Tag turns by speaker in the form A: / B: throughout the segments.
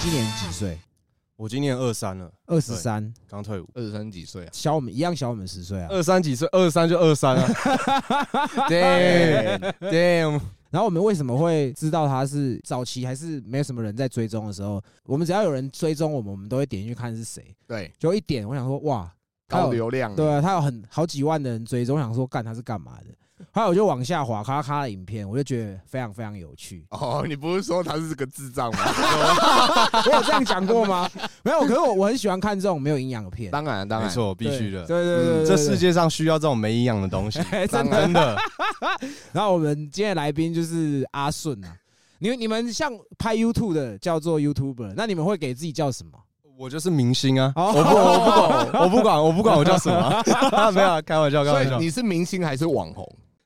A: 今年几岁？
B: 我今年二三了，
A: 二十三，
B: 刚退伍，
C: 二十三几岁啊？
A: 小我们一样小我们十岁啊。
B: 二三几岁？二三就二三啊 ！Damn damn，
A: 然后我们为什么会知道他是早期还是没有什么人在追踪的时候，我们只要有人追踪我们，我们都会点进去看是谁。
C: 对，
A: 就一点，我想说哇，他
C: 高
A: 有
C: 流
B: 嗯
C: 量，。
A: 对啊，他有很好几万的人追踪，我想说干他是干嘛的？后来我就往下滑，咔咔的影片，我就觉得非常非常有趣
C: 哦，你不是说他是个智障吗？
A: 我有这样讲过吗？ 没有，可是我我很喜欢看这种没有营养的片。
C: 当然， 当
B: 没
C: 然，
B: 错，必须的。嗯
A: 对对对对对
B: 这世界上需要这种没营养的东西，
A: 哎真的。
B: 真的。
A: 然后我们今天的来宾就是阿顺啊。你你们像拍 YouTube 的叫做 YouTuber，那你们会给自己叫什么？
B: 我就是明星啊！
A: 哦
B: 我不我不 管我不管我不管我叫什么 啊，没有啊开玩笑开
C: 所
B: 玩
C: 以
B: 笑。
C: 你是明星还是网红？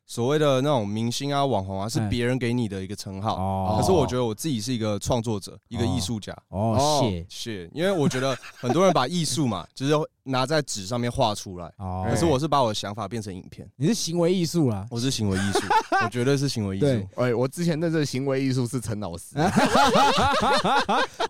B: 所谓的那种明星啊、网红啊，是
A: 哎
B: 别人给你的一个称号。
A: 哦
B: 可是我觉得我自己是一个创作者，一个艺术家。
A: 哦谢
B: 是，因为我觉得很多人把艺术嘛， 就是拿在纸上面画出来。
A: 哦，
B: 可
C: 哎
B: 是我是把我的想法变成影片，
A: 你是行为艺术啊啦，
B: 我是行为艺 术，我绝对是行为艺
A: 对
B: 术。
C: 哎，我之前认识的行为艺术是陈老师，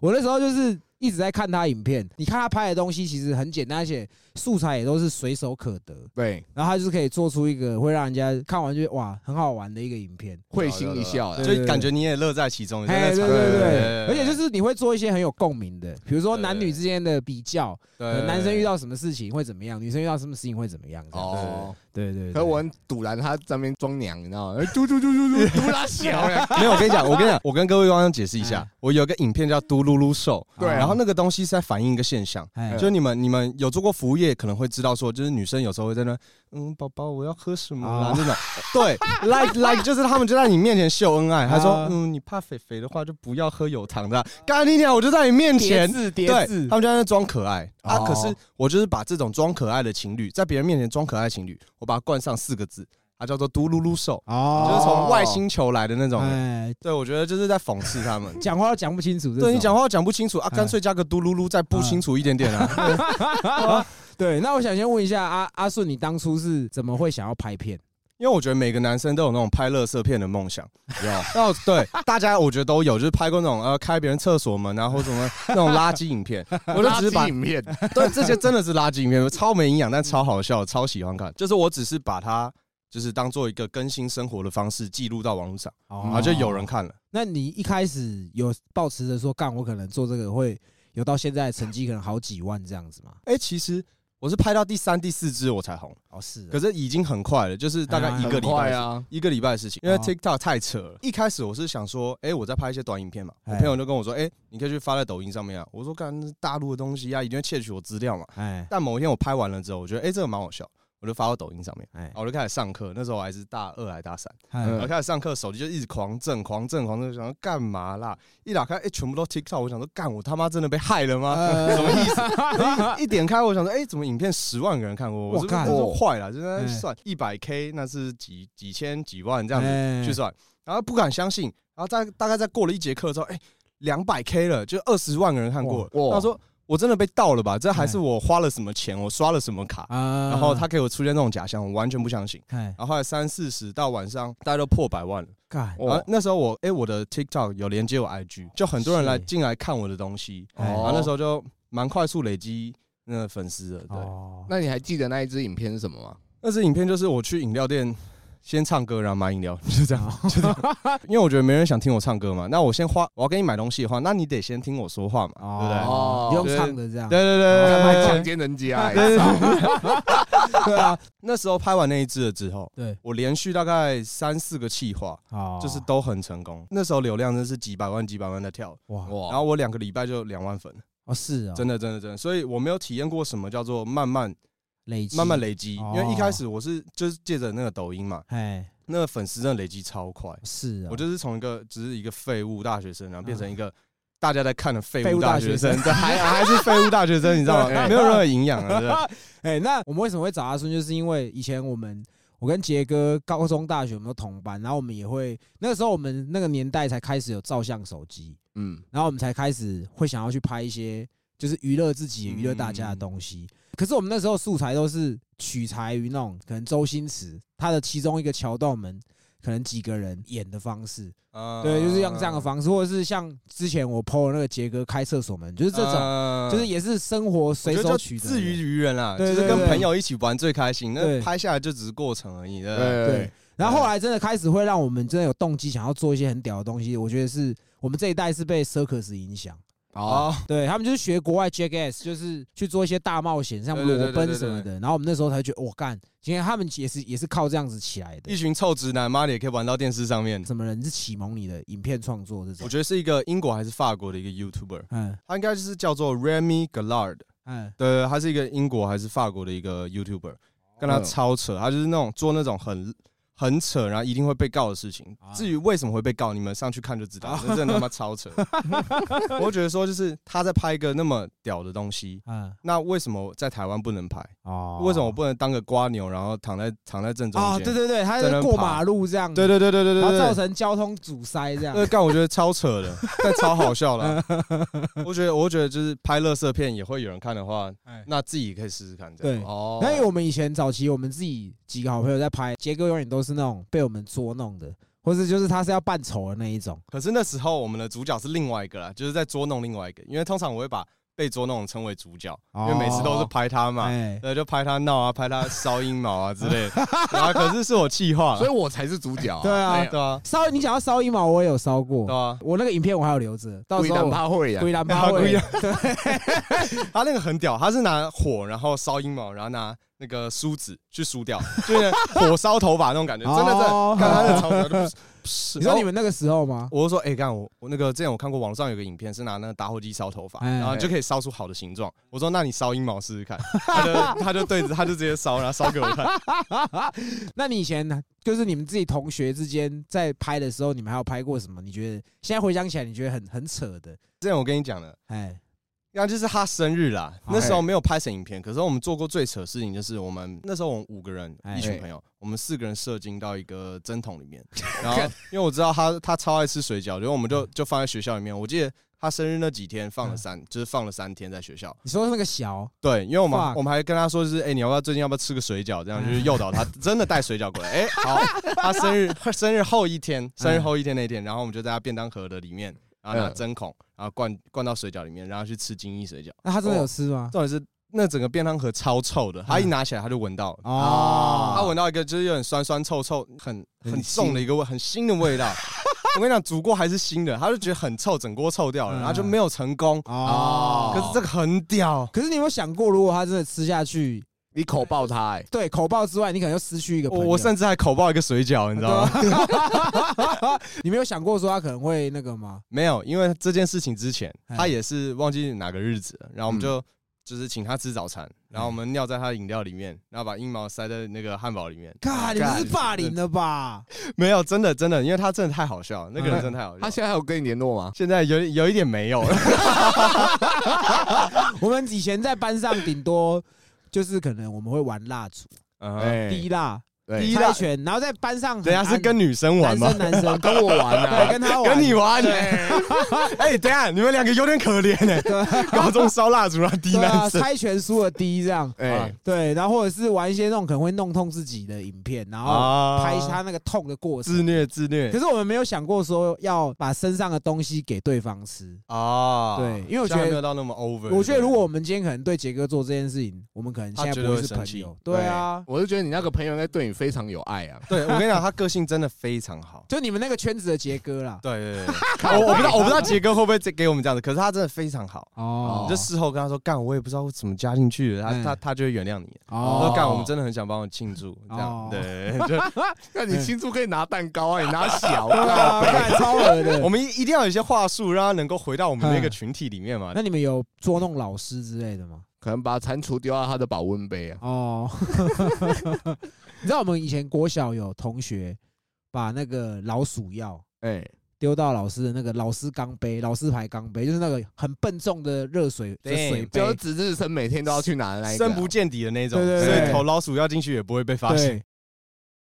A: 我那时候就是一直在看他影片，你看他拍的东西其实很简单，而且素材也都是随手可得，
C: 对，
A: 然后他就是可以做出一个会让人家看完就哇很好玩的一个影片。
C: 会心一笑啊
A: 对。
B: 就感觉你也乐在其中。你
A: 哎，
B: 在
A: 对
B: 场
A: 对
C: 对
A: 对，而且就是你会做一些很有共鸣的，比如说
B: 对
A: 男女之间的比较，
B: 对
A: 可能男生遇到什么事情会怎么样，女生遇到什么事情会怎么样。哦，
C: 哦，
A: 对对，对
C: 可我很堵然，他在那边装娘，你知道吗？哎嘟嘟嘟嘟嘟，嘟他小呀，
B: 没有，我跟你讲，我跟 你讲，我跟各位观众解释一下
A: 哎，
B: 我有个影片叫《嘟噜噜兽》，
C: 对啊
B: 然后那个东西是在反映一个现象。
A: 哎
B: 就是你们，你们有做过服务业，可能会知道说，就是女生有时候会在那，嗯，宝宝，我要喝什么啦
A: 哦
B: 那种。 对，like like，就是他们就在你面前秀恩爱，他说
A: 啊，
B: 嗯，你怕肥肥的话，就不要喝有糖的。干你娘，我就在你面前，
A: 字
B: 对，
A: 叠字
B: 他，们就在那装可爱啊。
C: 哦
B: 可是我就是把这种装可爱的情侣，在别人面前装可爱的情侣，我把它冠上四个字，它叫做“嘟噜噜兽”，
A: 哦
B: 就是从外星球来的那种人。
A: 哎，。
B: 对，我觉得就是在讽刺他们
A: 讲话都讲不清楚这种。
B: 对你讲话讲不清楚啊，
A: 哎
B: 干脆加个嘟噜噜，再不清楚一点点啊。
A: 对，那我想先问一下阿阿顺，你当初是怎么会想要拍片？
B: 因为我觉得每个男生都有那种拍乐色片的 梦想，有。那我对大家，我觉得都有，就是拍过那种呃开别人厕所门啊，或什么那种垃圾影片。我就只是
C: 垃
B: 把
C: 圾影片，
B: 对这些真的是垃圾影片，超没营养，但超好笑，超喜欢看。就是我只是把它就是当做一个更新生活的方式记录到网络上，然啊后就有
C: 哦
B: 人看了。
A: 哦那你一开始有抱持着说，干我可能做这个会有到现在的成绩，可能好几万这样子吗？
B: 哎，其实我是拍到第三、第四支我才红，
A: 哦，是
B: 可
A: 啊，
B: 是已经很快了，就是大概一个
C: 很
B: 礼拜
C: 快
B: 之后
C: 啊，
B: 一个礼拜的事情，因为
A: 哦
B: TikTok 太扯了。一开始我是想说，哎、我在拍一些短影片嘛，我
A: 哎
B: 朋友就跟我说，哎、你可以去发在抖音上面啊。我说，干那是大陆的东西啊，一定会窃取我资料嘛。
A: 哎
B: 但某一天我拍完了之后，我觉得，哎、这个蛮好笑，我就发到抖音上面。
A: 哎
B: 然后我就开始上课，那时候我还是大二还是大三，
A: 哎
C: 嗯
B: 然后开始上课，手机就一直狂震、狂震、狂震，想要干嘛啦？一打开，哎、全部都 TikTok，我想说，干我他妈真的被害了吗？
A: 呃
B: 什么意 思？一一点开，我想说，哎、怎么影片十万个人看过？我
A: 哇
B: 是不是
A: 干
B: 说坏了？就在
A: 哎
B: 那算一百 K，那是几几千几万这样子
A: 哎
B: 去算，然后不敢相信，然后大大概在过了一节课之后，哎、两百 K 了，就二十万个人看过了。
C: 哇哇
B: 他说我真的被盗了吧？这
A: 哎
B: 还是我花了什么钱？我刷了什么卡？
A: 啊
B: 然后他给我出现那种假象，我完全不相信。
A: 哎
B: 然后后来三四十到晚上，大家都破百万了。
A: 干
B: 然后
C: 哦
B: 那时候我，哎，我的 TikTok 有连接我 IG，就很多人来
A: 是
B: 进来看我的东西。
A: 哎
B: 然后那时
C: 候，
B: 候就蛮快速累积那个粉丝的。对，
A: 哦，
C: 那你还记得那一支影片是什么吗？
B: 那支影片就是我去饮料店先唱歌，然后买饮料，就这样， 就这样。
A: 啊
B: 因为我觉得没人想听我唱歌嘛，那我先花，我要给你买东西的话，那你得先听我说话嘛，对不对？
A: 哦，你用唱的这样，
B: 对对
C: 干嘛
B: 对对
C: 强
B: 对
C: 奸人家欸？
B: 对对对。
A: 对啊，
B: 那时候拍完那一支了之后，
A: 对，
B: 我连续大概三四个企划，
A: 哦，
B: 就是都很成功。那时候流量真是几百万、几百万在跳，
A: 哇，
B: 然
C: 哇，
B: 后我两个礼拜就两万粉，
A: 哦是啊，
B: 真的真的真的。所以我没有体验过什么叫做慢慢
A: 累积
B: 慢慢，累积，
A: 哦
B: 因为一开始我是就是借着那个抖音嘛，
A: 哎
B: 那个粉丝真的累积超快，
A: 是啊，嗯
B: 我就是从一个只是一个废物大学生，然后变成一个大家在看的废
A: 废物
B: 物
A: 大
B: 大
A: 学
B: 学生，这还还是废物大学生，你知 道吗？
C: 对
B: 没有任何营养啊，对不对
A: 哎、那我们为什么会找阿孙？就是因为以前我们我跟杰哥高中、大学我们都同班，然后我们也会那个时候我们那个年代才开始有照相手机，
C: 嗯，
A: 然后我们才开始会想要去拍一些就是娱乐自己、娱乐大家的东
B: 嗯
A: 西。可是我们那时候素材都是取材于那种可能周星驰他的其中一个桥段，我们可能几个人演的方式，
B: 啊
A: 对，就是用这样的方式，或者是像之前我 PO 的那个杰哥开厕所门，就是这种，
B: 种
A: 就是也是生活
B: 嗯我
A: 随
B: 觉得
A: 手
B: 就
A: 取的。
B: 自娱于人啦，就
A: 对
B: 是
A: 对
B: 跟
A: 对
B: 朋友一起玩最开心。那
A: 对
B: 拍下来就只是过程而已，对不对。
A: 对
C: 对，
A: 然后后来真的开始会让我们真的有动机想要做一些很屌的东
B: 嗯
A: 西。我觉得是我们这一代是被 circus 影响，
C: 好，
A: 对他们就是学国外 jackass，就是去做一些大冒险，像
B: 对对对
A: 裸奔
B: 对对
A: 什么的。然后我们那时候才觉得，我干，今天他们也是也是靠这样子起来的
B: 一。群臭直男，妈的也可以玩到电视上面。
A: 什么人是启蒙你的影片创作这
B: 我
A: 种？
B: 觉得是一个英国还是法国的一个 YouTuber，
A: 嗯
B: 他应该就是叫做 Remy Gallard，
A: 嗯，
B: 对，他是一个英国还是法国的一个 YouTuber，跟他
C: 嗯
B: 超扯，他就是那种做那种很很扯，然后一定会被告的事情。
A: 啊
B: 至于为什么会被告，你们上去看就知 道，这真的他妈超扯。我会觉得说，就是他在拍一个那么屌的东西，
A: 嗯
B: 那为什么在台湾不能拍？
A: 哦
B: 为什么我不能当个瓜牛，然后躺在躺在正中
A: 啊？
B: 间？
A: 对对对，他
B: 在
A: 是
B: 那
A: 过
B: 爬
A: 马路这样，
B: 对对对对对
A: 然后
B: 对
A: 造
B: 对。
A: 成交通阻塞这样
B: 那。呃个干我觉得超扯的，但超好 笑了。我觉得，我觉得就是拍乐色片也会有人看的话，那自己可以试试看。这
A: 哎
B: 样
A: 对
C: 哦
A: 那因为我们以前早期，我们自己几个好朋友在拍，杰哥永远都是那种被我们捉弄的，或是就是他是要扮丑的那一种。
B: 可是那时候我们的主角是另外一个啦，就是在捉弄另外一个，因为通常我会把被捉弄称为主角，因
A: 哦
B: 为每次都是拍他嘛，
A: 哎，
B: 对，就拍他闹啊，拍他烧阴毛啊之 类的。然后可是是我气话，
C: 所以我才是主角啊，
A: 对啊
B: 对啊，
A: 烧你想要烧一毛，我也有烧
B: 对
A: 过，
B: 啊，
A: 我那个影片我还有留着，到
C: 故意
A: 时候
C: 当
A: 我
C: 趴会呀，
A: 龟兰
B: 啊
A: 巴
B: 故意
A: 会
B: 当，
A: 对，
B: 他那个很屌，他是拿火然后烧阴毛，然后拿那个梳子去梳掉，就是火烧头发那种感觉，真的真
A: 哦
B: 的，看他的头发 就不是。
A: 你说你
B: 们？
A: 们那个时候吗？
B: 我就说，哎、干我我那个之前我看过网上有个影片，是拿那个打火机烧头发，
A: 哎
B: 然后就可以烧出好的形状。我说，那你烧阴毛试试看，他就他就对着他就直接烧，然后烧给我 看。
A: 那你以前就是你们自己同学之间在拍的时候，你们还有拍过什么？你觉得现在回想起来，你觉得很很扯的？
B: 之前我跟你讲的，
A: 哎，
B: 然后就是他生日啦，
A: 哎
B: 那时候没有拍成影片，可是我们做过最扯的事情就是我们那时候我们五个人
A: 哎
B: 一群朋友，我们四个人射精到一个针筒 里面，然后因为我知道他他超爱吃水饺，然后我们
A: 嗯
B: 就就放在学校里面。我记得他生日那几天放了三，就是放了三天在学校。
A: 你说那个小
B: 对，因为我们
A: Fuck 哎
B: 我们还跟他说，就是哎、欸你要不要最近要不要吃个水饺？这样就是诱导他真的带水饺过来。哎、好，他生日生日后一天，生
A: 嗯
B: 日后一天那天，然后我们就在他便当盒的里面，然后拿
C: 嗯
B: 针孔，然后灌灌到水饺里面，然后去吃金翼水饺。
A: 那他真的有吃吗？
B: 重点是那整个便当盒超臭
A: 嗯
B: 的，他一拿起来他就闻到了。他
A: 哦，
B: 闻到一个就是有点酸酸臭臭、很
A: 很
B: 很重的一个味，很腥的 味道。我跟你讲，煮过还是腥的，他就觉得很臭，整锅臭掉了，
A: 嗯
B: 然后就没有成功。
A: 哦，
B: 可是这个很屌，
A: 可是你有没有想过，如果他真的吃下去，
C: 你口爆他，哎，
A: 对口爆之外，你可能又失去一个朋
B: 我
A: 友。啊
B: 我甚至还口爆一个水饺，你知道吗？
A: 你没有想过说他可能会那个吗？
B: 没有，因为这件事情之前，
A: 哎嗯
B: 他也是忘记哪个日子了，然后我们就、就是请他吃早餐，然后我们尿在他的饮料里面，然后把阴毛塞在那个汉堡里面。
A: God，你们是霸凌的吧？
B: 没有，真的真的，因为他真的太好笑了，那
A: 嗯
B: 个人真的太好
C: 他
B: 笑。
C: 现在还有跟你联络吗？
B: 现在有有一点没有 了，
A: 我们以前在班上顶多就是可能我们会玩蜡烛、
B: 嗯
C: 哎，
A: 滴蜡、
C: 对
B: 滴蜡
A: 猜拳，然后在班上很
B: 等一下是跟女生玩
A: 男
B: 吗
A: 生？男 生
C: 跟我 玩
A: 对
C: 啊，
A: 跟他玩，
B: 跟你玩，
C: 对，
B: 哎、等一下你们两个有点可怜 哎、高中烧蜡烛然后滴
A: 啊对啊，
B: 男生，
A: 猜拳输了滴这样。
C: 哎，
A: 对，然后或者是玩一些那种可能会弄痛自己的影片，然后
B: 啊
A: 拍他那个痛的过程。
B: 自虐自虐
A: 可是我们没有想过说要把身上的东西给对方吃。
B: 啊
A: 对因为我觉得
B: 现在没有到那么 over。
A: 我觉得如果我们今天可能对杰哥做这件事情，我们可能现在不会是
B: 他
A: 朋
B: 绝对会
A: 友。对啊，
C: 我就觉得你那个朋友应该对你非常有爱 啊。
B: 对我跟你讲，他个性真的非常好。
A: 就你们那个圈子的杰哥啦。
B: 对对对对，我我不知道我不 知道杰哥会不会给我们这样子，可是他真的非常好。
A: 哦
B: 你就事后跟他说干，我也不知道我怎么加进去的，他
A: 嗯
B: 他他就会原谅你。他
A: 哦
B: 说干，我们真的很想帮我庆祝，这样
A: 哦
B: 对，就
C: 那你庆祝可以拿蛋糕啊，你拿 小
A: 对 啊，
C: 啊，
A: 干超恶
B: 我
A: 的。
B: 们一一定要有一些话术，让他能够回到我们那个群体里面嘛。
A: 那你们有捉弄老师之类的吗？
C: 可能把蟾蜍丢到他的保温杯啊。
A: 哦， 你知道我们以前国小有同学把那个老鼠药
C: 哎，
A: 丢到老师的那个老师钢杯、老师牌钢杯，就是那个很笨重的热水的
B: 对
A: 水杯
C: 就是，值日生每天都要去拿的那一个啊，
B: 深不见底的那种，
A: 对对
B: 所
A: 对
B: 以投老鼠药进去也不会被发现。
A: 对。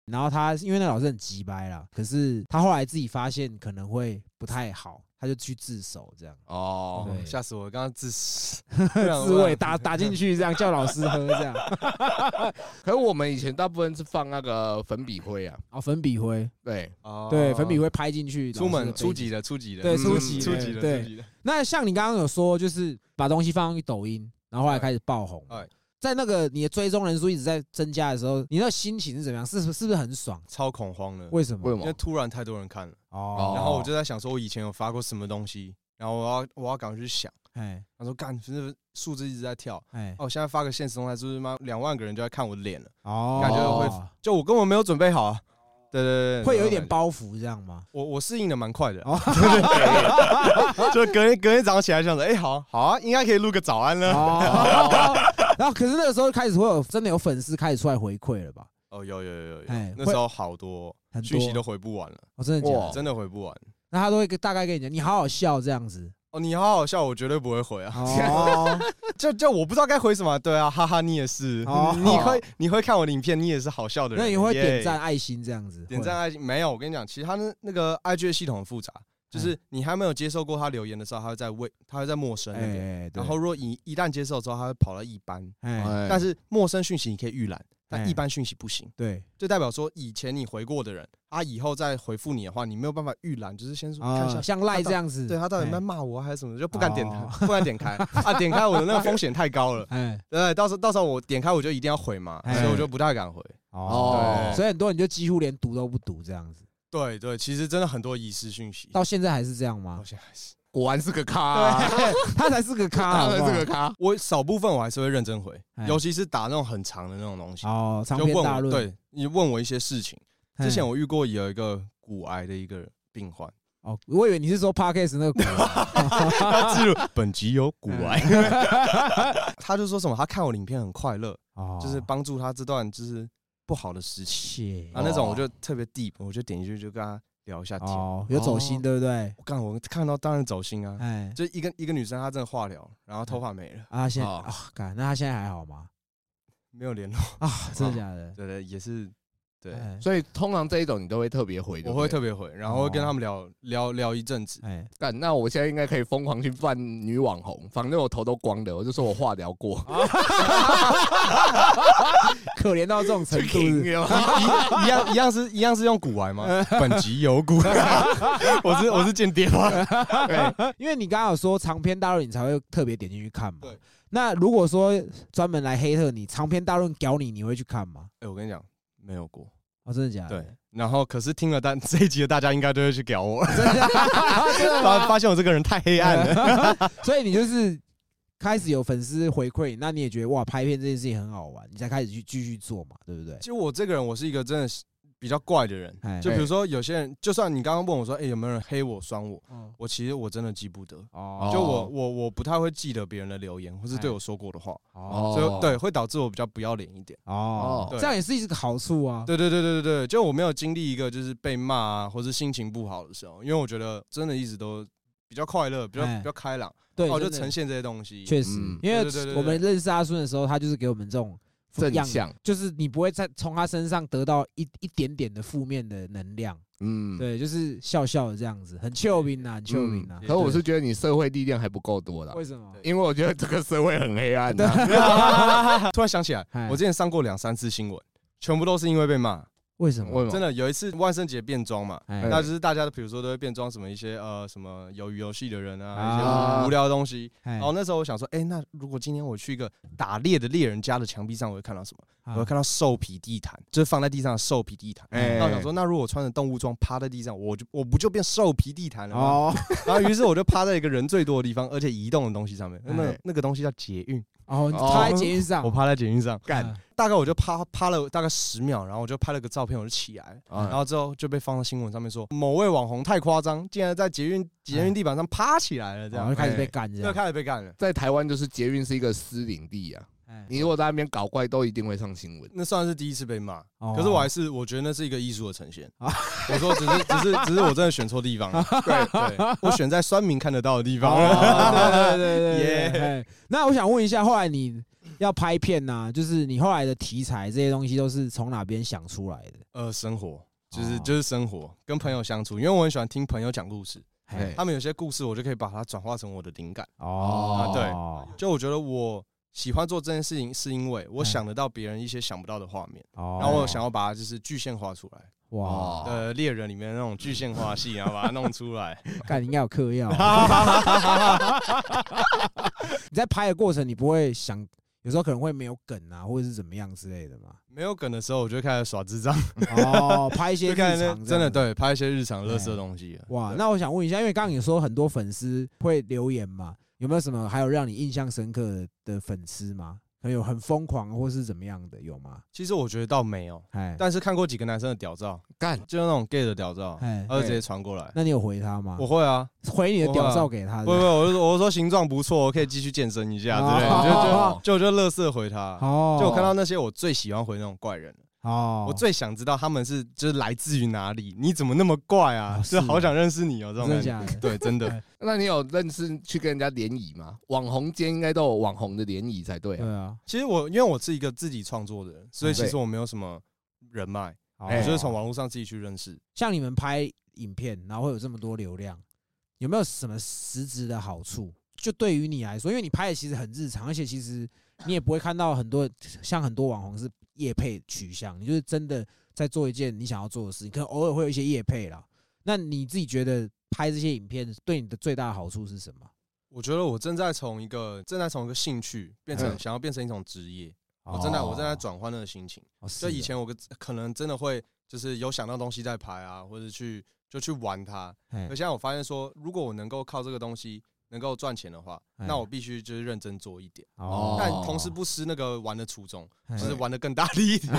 A: 然后他因为那个老师很急掰啦，可是他后来自己发现可能会不太好，他就去自首这样，
C: 哦，
A: 对
B: 吓死我！刚刚 自 私
A: 自卫 打打进去这样叫老师喝这样，
C: 可是我们以前大部分是放那个粉笔灰啊，
A: 哦，粉笔灰，
C: 对，
B: 哦
A: 对，粉笔。会拍进去。
B: 出
A: 老师的
B: 门
A: 杯
B: 初
A: 子
B: 级的初级的，
A: 对
B: 嗯
A: 初级的
B: 初级的
A: 对
B: 初级的，
A: 那像你刚刚有说，就是把东西放上去抖音，然后后来开始爆红
B: 哎。
A: 在那个你的追踪人数一直在增加的时候，你那心情是怎么样？是不是不是很爽？
B: 超恐慌的。
A: 为什么？
C: 为什
B: 因为
C: 么？
B: 突然太多人看了，
A: 哦，
B: 然后我就在想说，我以前有发过什么东西，然后我要我要赶快去想。
A: 哎
B: 他说干，就是数字一直在跳。
A: 哎
B: 哦，我现在发个现实动态，就是妈两万个人就在看我的脸了，
A: 哦，
B: 感觉会就我根本没有准备好啊。对对对，
A: 会有一点。包袱这样吗？
B: 我我适应的蛮快的，
A: 哦
B: 就隔天隔天早上起来想着，哎，好好啊，应该可以录个早安了。
A: 哦，然后可是那个时候开始会有真的有粉丝开始出来回馈了吧？
B: 哦，有有有有有
A: 哎，
B: 那
A: 会
B: 时候好多
A: 很多
B: 讯息都回不完了，
A: 哦，真的假
C: 哇
A: 的？
B: 真的回不完。
A: 那他都会大概跟你讲，你好好笑这样 子。
B: 哦，你好好笑，我绝对不会回啊。
A: 哦，
B: 就就我不知道该回什么，对啊，哈哈，你也是，
A: 哦
B: 你会你会看我的影片，你也是好笑的人，
A: 那你会
B: 耶
A: 点赞爱心这样子？
B: 点赞爱心没有？我跟你讲，其实他那那个 IG 的系统很复杂，
A: 哎
B: 就是你还没有接受过他留言的时候，他会在未他会在陌生
A: 会，
B: 那边，
A: 哎，对
B: 然后如果一一旦接受之后，他会跑到一般，
A: 哎，
C: 哎
B: 但是陌生讯息你可以预览，但
A: 哎
B: 一般讯息不行，
A: 对，
B: 就代表说以前你回过的人，他以后再回复你的话，你没有办法预览，就是先说看一下
A: 啊，。像赖这样子，
B: 对他到底有没有
A: 哎
B: 骂我还是什么，就不敢点
A: 哦
B: 开，不敢点开啊！点开我的那个风险太高了，
A: 哎，
B: 对，到时候到时候我点开我就一定要回嘛，
A: 哎
B: 所以我就不太敢回。
A: 哦，
B: 对
A: 所以很多人就几乎连读都不读这样子，
B: 对对，其实真的很多遗失讯息，
A: 到现在还是这样吗
B: 好？像还是
C: 果然是个咖啊，
A: 他才是个咖，
C: 当
A: 好
C: 然
A: 不好
C: 是个咖。
B: 我少部分我还是会认真回
A: 哎，
B: 尤其是打那种很长的那种东西，
A: 哦，长
B: 就
A: 篇
B: 问
A: 大
B: 我
A: 论。哎
B: 对你问我一些事情。
A: 嘿
B: 之前我遇过有一个骨癌的一个病患，
A: 哦，我以为你是说 podcast 那个股啊
B: 他自入本集有骨癌，嗯 他就说什么他看我的影片很快乐，
A: 哦，
B: 就是帮助他这段就是不好的时期
A: 切
B: 啊那种，我就特别 deep，我就点进去就跟他聊一下天。
A: 哦，有走心对不对？
B: 我干，我看到当然走心 啊，
A: 哎
B: 就一个一个女生，她真的化疗，然后头发 没了，
A: 啊，他现在
C: 哦
A: 啊，干，那他现在还好吗？
B: 没有联络。
A: 啊，真的假的？
B: 对对，也是 对，
A: 哎
C: 所以通常这一种你都会特别回，对
B: 我
C: 不
B: 会
C: 对
B: 特别回，哦然后会跟他们聊聊聊一阵 子。
A: 哎，
C: 干。那我现在应该可以疯狂去扮女网红，反正我头都光的，我就说我化疗过，
A: 可怜到这种程度是，
B: 一一样一样是一样是用骨癌吗？ 本集有骨癌， 我是我是间谍吗？
A: 因为你刚刚有说长篇大论，你才会特别点进去看嘛
B: 对。
A: 那如果说专门来黑特你，长篇大论屌你，你会去看吗？
B: 哎，我跟你讲，没有过。
A: 哦，真的假的？
B: 对，然后可是听了大这一集的大家应该都会去屌我，
A: 真的，真的
B: 发
A: 吗？
B: 发现我这个人太黑暗了。
A: 所以你就是开始有粉丝回馈你，那你也觉得哇，拍片这件事情很好玩，你才开始去继续做嘛，对不对
B: 其？实我这个人，我是一个真的是比较怪的人。
A: 哎
B: 就比如说有些人，就算你刚刚问我说，哎，有没有人黑我、酸我，
A: 哦
B: 我其实我真的记不得。
A: 哦
B: 就我我我不太会记得别人的留言或是对我说过的话，
A: 哦
B: 所以对会导致我比较不要脸一点。
A: 哦，
B: 对
A: 这样也是一个好处啊。
B: 对对对对对对，就我没有经历一个就是被骂啊，或是心情不好的时候，因为我觉得真的一直都比较快乐，比较
A: 哎
B: 比较开朗，
A: 对，
B: 哦，就
A: 真的
B: 呈现这些东西。
A: 确实
C: 嗯，
A: 因为
B: 对对对对
A: 我们认识阿顺的时候，他就是给我们这种
C: 正
A: 样
C: 向，
A: 就是你不会再从他身上得到一一点点的负面的能量，
C: 嗯，
A: 对，啊就是笑笑的这样子，很俏皮呐，很俏皮呐
B: 嗯。
C: 可是我是觉得你社会历练还不够多啦，
A: 为什么？
C: 因为我觉得这个社会很黑暗啊。
B: 突然想起来
A: 哎，
B: 我之前上过两三次新闻，全部都是因为被骂。
A: 为什么？
C: 为什
B: 真
C: 么？
B: 的有一次万圣节变装嘛，
A: 哎
B: 那就是大家比如说都会变装什么一些呃什么鱿鱼游戏的人啊，一
A: 啊
B: 些无聊的东西。
A: 哎
B: 然后那时候我想说，哎，那如果今天我去一个打猎的猎人家的墙壁上，我会看到什么？
A: 啊
B: 我会看到兽皮地毯，就是放在地上的兽皮地毯。
C: 哎
B: 那我想说，那如果我穿着动物装趴在地上，我就我不就变兽皮地毯了吗？
A: 哦
B: 然后于是我就趴在一个人最多的地方，而且移动的东西上面，那
C: 哎
B: 那个东西叫捷运，
A: 哦，
C: 哦
A: 他在捷运上
B: 我趴在捷运上，
C: 干
A: 啊
B: 大概我就趴趴了大概十秒，然后我就拍了个照片，我就起来了。然
C: 啊，
B: 后之后就被放到新闻上面说，某位网红太夸张，竟然在捷运捷运地板上趴起来了，这
A: 然后
B: 样
A: 哦就开始被
C: 哎
A: 干这
B: 就
A: 样。
B: 开始被干了。
C: 在台湾就是捷运是一个私领地啊，
A: 哎
C: 你如果在那边搞怪，都一定会上新闻。
B: 那算是第一次被骂，
A: 哦
B: 可是我还是我觉得那是一个艺术的呈现。
A: 啊
B: 我说只是只是只是我真的选错地 方了，对对，我选在酸民看得到的地方了。
A: 哦对对对对对
B: 耶
A: 哎那我想问一下，后来你要拍片呐，就是你后来的题材这些东西都是从哪边想出来的？
B: 呃，生活就是
A: 哦
B: 就是生活，跟朋友相处，因为我很喜欢听朋友讲故事，
A: 嘿
C: 嘿
B: 他们有些故事，我就可以把它转化成我的灵感。
A: 哦
B: 啊，对，就我觉得我喜欢做这件事情，是因为我
A: 嗯
B: 想得到别人一些想不到的画面，
A: 哦，
B: 然后我想要把它就是具现化出来。
A: 哇，
C: 哦
B: 呃，猎人里面那种具现化系， 然后把它弄出来。
A: 干你应该有嗑 药。你在拍的过程，你不会想，有时候可能会没有梗啊，或者是怎么样之类的嘛。
B: 没有梗的时候，我就开始耍智障，
A: 哦，拍一些
B: 就
A: 日
B: 开
A: 常
B: 始
A: 这
B: 那
A: 样
B: 真的
A: 子
B: 对拍一些日常乐色东西。
A: 哇，那我想问一下，因为刚刚你说很多粉丝会留言嘛，有没有什么还有让你印象深刻的的粉丝吗？可能有很疯狂或是怎么样的，有吗？
B: 其实我觉得倒没有，
A: 哎，
B: 但是看过几个男生的屌照，
C: 干，
B: 就是那种 gay 的屌照，
A: 哎
B: 他，就直接传过来。
A: 那你有回他吗
B: 我？会啊，
A: 回你的屌照给他
B: 不
A: 的，
B: 不，我就说我说形状不错，我可以继续健身一下之类的，就就
A: 哦
B: 就我就乐色回他。
A: 哦，
B: 就我看到那些我最喜欢回那种怪人，
A: 哦，
B: 我最想知道他们是就是来自于哪里，你怎么那么怪啊？
A: 啊是
B: 就好想认识你哦，这种
A: 真的
B: 感觉。
A: 假的？
B: 对，真的，
C: 那你有认识去跟人家联谊吗？网红间应该都有网红的联谊才对啊。
A: 对啊，
B: 其实我因为我是一个自己创作的人，所以其实我没有什么人脉，
A: 哦
B: 我就是从网络上自己去认识。
A: 像你们拍影片，然后会有这么多流量，有没有什么实质的好处？就对于你来说，因为你拍的其实很日常，而且其实你也不会看到很多像很多网红是业配取向，你就是真的在做一件你想要做的事情，可能偶尔会有一些业配啦。那你自己觉得拍这些影片对你的最大的好处是什么？
B: 我觉得我正在从一个正在从一个兴趣变成
C: 嗯
B: 想要变成一种职业，
A: 哦
B: 我正在啊我正在转换那个心情。
A: 哦是
B: 就
A: 的
B: 以前我个可能真的会就是有想到东西在拍啊，或者去就去玩它。
A: 嘿
B: 可现在我发现说，如果我能够靠这个东西能够赚钱的话，
A: 哎
B: 那我必须就是认真做一点，
A: 哦哎
B: 但同时不失那个玩的初衷，
A: 嘿
B: 就是玩的更大力 一点，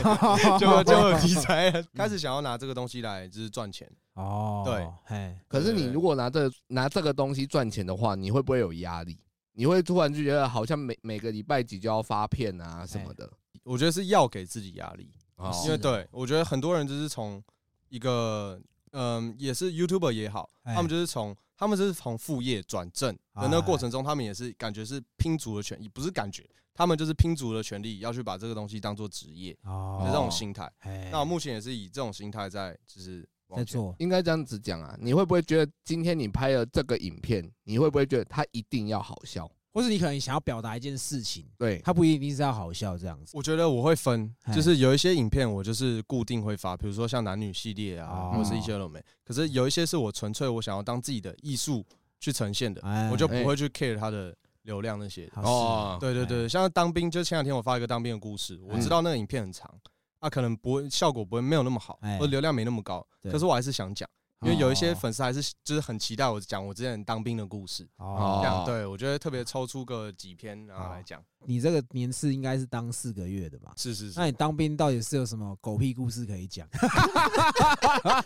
B: 就会就会有题材
A: 嗯
B: 了，开始想要拿这个东西来就是赚钱。
A: 哦
B: 对，
A: 嘿
C: 可是你
B: 对
C: 如果拿这拿这个东西赚钱的话，你会不会有压力？你会突然就觉得好像每每个礼拜几就要发片啊什么的，
B: 我觉得是要给自己压力，
C: 哦
B: 因为
A: 是的
B: 对我觉得很多人就是从一个嗯，也是 YouTuber 也好，
A: 哎
B: 他们就是从他们是从副业转正的那个过程中，他们也是感觉是拼足了全，不是感觉，他们就是拼足了全力要去把这个东西当做职业
A: 哦
B: 的这种心态。
A: 嘿
B: 那我目前也是以这种心态在就是往
A: 哎在
B: 前。
A: 做
C: 应该这样子讲啊。你会不会觉得今天你拍了这个影片，你会不会觉得它一定要好笑？
A: 或是你可能想要表达一件事情，
C: 对，
A: 它不一定是要好笑这样子。
B: 我觉得我会分
A: 哎，
B: 就是有一些影片我就是固定会发，比如说像男女系列啊，
A: 哦
B: 或是一些有的没。可是有一些是我纯粹我想要当自己的艺术去呈现的，
A: 哎
B: 我就不会去 care 它的流量那些的。
A: 好哎
C: 哦
B: 对对对，像当兵，就前两天我发一个当兵的故事，我
A: 嗯
B: 知道那个影片很长，啊，可能不会效果不会没有那么好
A: 哎，
B: 或者流量没那么高，
A: 对
B: 可是我还是想讲，因为有一些
A: 哦
B: 粉丝还是就是很期待我讲我之前当兵的故事，这
A: 哦，
B: 样
C: 哦
B: 对我觉得特别抽出个几篇然后来讲，
A: 你这个年次应该是当四个月的吧？
B: 是是是
A: 那，你当兵到底是有什么狗屁故事可以 讲？
B: 哎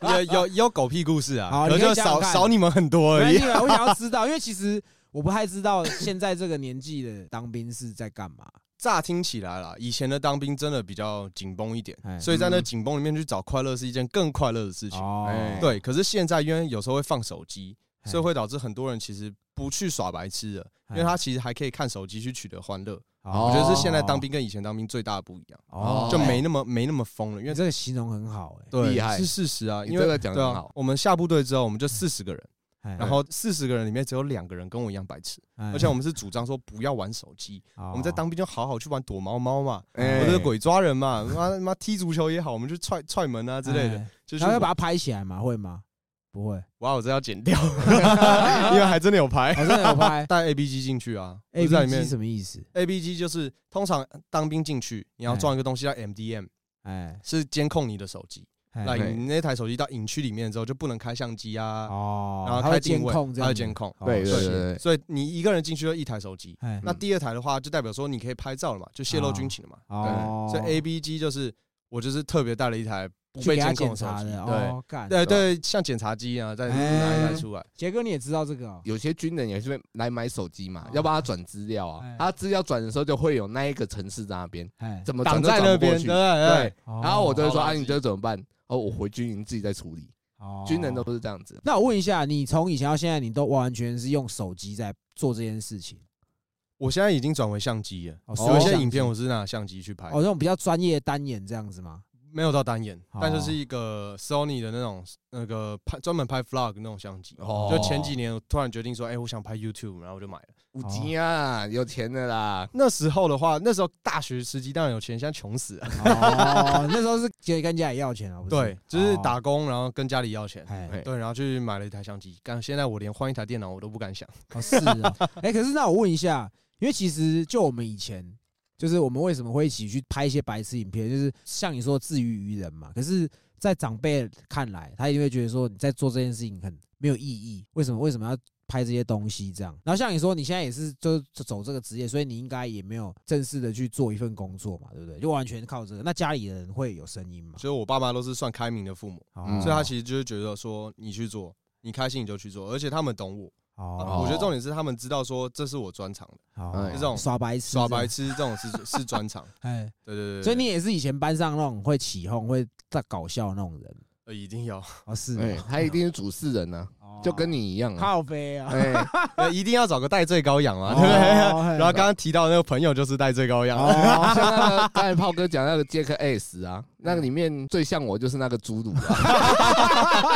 B: 有有有狗屁故事
A: 好
B: 啊，
A: 你
B: 可
A: 可以
B: 就
A: 讲讲
B: 少
A: 看
B: 少你们很多而
A: 没
B: 已
A: 关。系我想要知道，因为其实我不太知道现在这个年纪的当兵是在干 嘛。
B: 乍听起来啦，以前的当兵真的比较紧绷一点
A: 哎，
B: 所以在那
C: 嗯
B: 紧绷里面去找快乐是一件更快乐的事情。哎
A: 哦哎
B: 对，可是现在因为有时候会放手机，
A: 嘿
B: 所以会导致很多人其实不去耍白痴了，因为他其实还可以看手机去取得欢乐。
A: 哎哦
B: 我觉得是现在当兵跟以前当兵最大的不一样，
A: 哦，
B: 就
A: 哎
B: 没那么没那么疯了，因
A: 你
B: 为
A: 这个形容很好哎。
B: 对
C: 厉害
B: 是事实啊，
C: 你
B: 因
C: 这
B: 为
C: 个讲
B: 对
C: 得很
B: 啊
C: 好，，
B: 我们下部队之后我们就四十个人，
A: 哎
B: 然后四十个人里面只有两个人跟我一样白痴，而且我们是主张说不要玩手机，
A: 哦
B: 我们在当兵就好好去玩躲猫猫嘛，
A: 哎
B: 或者鬼抓人嘛，妈妈踢足球也好，我们就踹踹门啊之类的，，就
A: 然
B: 是
A: 后要哎把它拍起来吗？会吗？不 会，哦
B: 哇，我这要剪掉， 因为还真的有牌。
A: 好像有拍
B: 带 A B G 进去啊
A: A
B: 就在
A: B
B: 里
A: G
B: 面
A: 什么意思？
B: A B G 就是通常当兵进去，你要
A: 哎
B: 装一个东西叫 M D M，
A: 哎，
B: 是监控你的手机。
A: 哎
B: 那
C: 对
B: 你那台手机到营区里面之后就不能开相机啊，
A: 哦，
B: 然后
A: 它
B: 开
A: 会
B: 定
A: 监
B: 位
A: 控这样
B: 它会
A: 子，
B: 监控
A: 哦
C: 对对
B: 所以
C: 对对，
B: 所以你一个人进去就一台手机。
A: 哎
B: 那第二台的话，就代表说你可以拍照了嘛，就泄露军情了嘛。
A: 哦，
B: 所以 A B G 就是我就是特别带了一台不
A: 去
B: 被
A: 给他
B: 监控
A: 检
B: 的手
A: 查
B: 机
A: 的，，
B: 对。
A: 哦，干。
B: 对对，像检查机啊，再拿一台
A: 哎
B: 出来。
A: 杰哥你也知道这个哦，
C: 有些军人也是会来买手机嘛
A: 哦，
C: 要帮他转资料
A: 哎
C: 啊，他资料转的时候就会有那一个城市在那边，
A: 哎，
C: 怎么转
B: 挡
C: 都
B: 在
C: 转
B: 那
C: 不过
B: 边，
C: 去
B: 对对
C: 对，
A: 然
C: 然后我就会说
B: 好垃
C: 啊，
B: 圾哦
C: 你这怎么办？哦，我回军营自己再处理。军人都。不是这样子，
A: 哦那我问一下，你从以前到现在，你都完完全是用手机在做这件事情？
B: 我现在已经转为相机了，
A: 哦
B: 有一
A: 是
B: 些
A: 相
B: 影片
A: 机哦
B: 我是拿相机去拍
A: 哦，，那种比较专业单眼这样子吗？
B: 没有到单眼，
A: 哦
B: 但就是一个 Sony 的那种那个拍专门拍 vlog 那种相机。
C: 哦
B: 就前几年我突然决定说，哎，我想拍 YouTube，然后我就买了。
C: 五级
B: 哦
C: 啊，有钱的啦，
B: 那时候的话，那时候大学时期当然有钱，现在穷死了。
A: 哦，那时候是直接跟家里要钱啊，不是
B: 对，就是
A: 哦
B: 打工，然后跟家里要钱。
A: 哎，
B: 对，然后去买了一台相机。但现在我连换一台电脑我都不敢想。
A: 哦是啊，哎，可是那我问一下，因为其实就我们以前，就是我们为什么会一起去拍一些白痴影片，就是像你说自娱于人嘛。可是，在长辈看来，他一定会觉得说你在做这件事情很没有意义，为什么为什么要拍这些东西这样？然后像你说你现在也是就就走这个职业，所以你应该也没有正式的去做一份工作嘛，对不对？就完全靠这个。那家里人会有声音嘛？
B: 所以我爸妈都是算开明的父母，
A: 哦
C: 嗯
B: 所以他其实就是觉得说，你去做，你开心你就去做，而且他们懂我。
A: 哦，
B: 我觉得重点是他们知道说这是我专长的，
A: 哦
C: 这
B: 种
A: 耍白痴，
B: 耍白，痴这 种是是专长。
A: 哎，
B: 对对对对，
A: 所以你也是以前班上那种会起哄、会在搞笑的那种人
B: 呃一定要，
A: 哦，是哦，
C: 对，嗯他一定是主事人呢，
B: 哦
C: 就跟
A: 你
C: 你一样啊，
A: 靠飞啊，
C: 哎，
B: 呃一定要找个戴罪羔 羊嘛，
A: 哦
B: 对不对？
A: 嘿
B: 然后刚刚提到那个朋友就是戴罪羔羊，
A: 哦，
C: 像那个刚才炮哥讲那个杰克 S 啊，那个里面最像我就是那个侏儒 啊，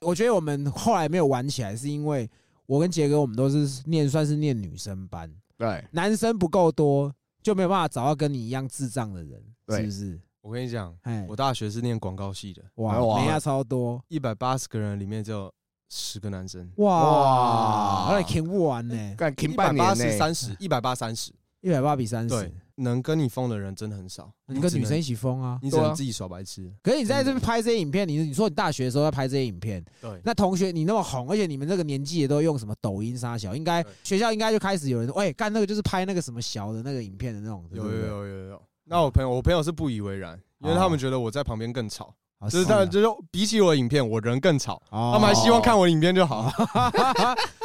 A: 我觉得我们后来没有玩起来，是因为我跟杰哥我们都是念算是念女生班，
C: 对，
A: 男生不够多，就没有办法找到跟你一样智障的人，
C: 对
A: 是不是？
B: 我跟你讲，
A: 哎，
B: 我大学是念广告系的，
A: 哇，
C: 哇
A: 人家超多，
B: 一百八十个人里面只有十个男生，
A: 哇，
C: 哇
A: 那挺不完呢，
C: 干
B: 一
C: 停
B: 百
C: 半
B: 八
C: 年
B: 十
C: 呢，
B: 三
A: 嗯
B: 十，一百八三十，
A: 一百八比三十
B: 对，能跟你疯的人真的很少。
A: 你跟
B: 只
A: 女
B: 能
A: 生一，起疯啊。
B: 你只
C: 对
B: 能
C: 啊
B: 自己耍白痴。
A: 可是你在这边拍这些影片，你你说你大学的时候在拍这些影片，
B: 对，
A: 那同学，你那么红，而且你们这个年纪也都用什么抖音杀小，应该
B: 对
A: 学校应该就开始有人说，喂，干那个就是拍那个什么小的那个影片的那种，
B: 有
A: 对不
B: 有
A: 对，
B: 有有有。那我朋友，我朋友是不以为然，因为他们觉得我在旁边更吵，
A: 哦
B: 就是他
A: 啊
B: 们就是比起我的影片，我人更吵，他
A: 哦
B: 们还希望看我的影片就好。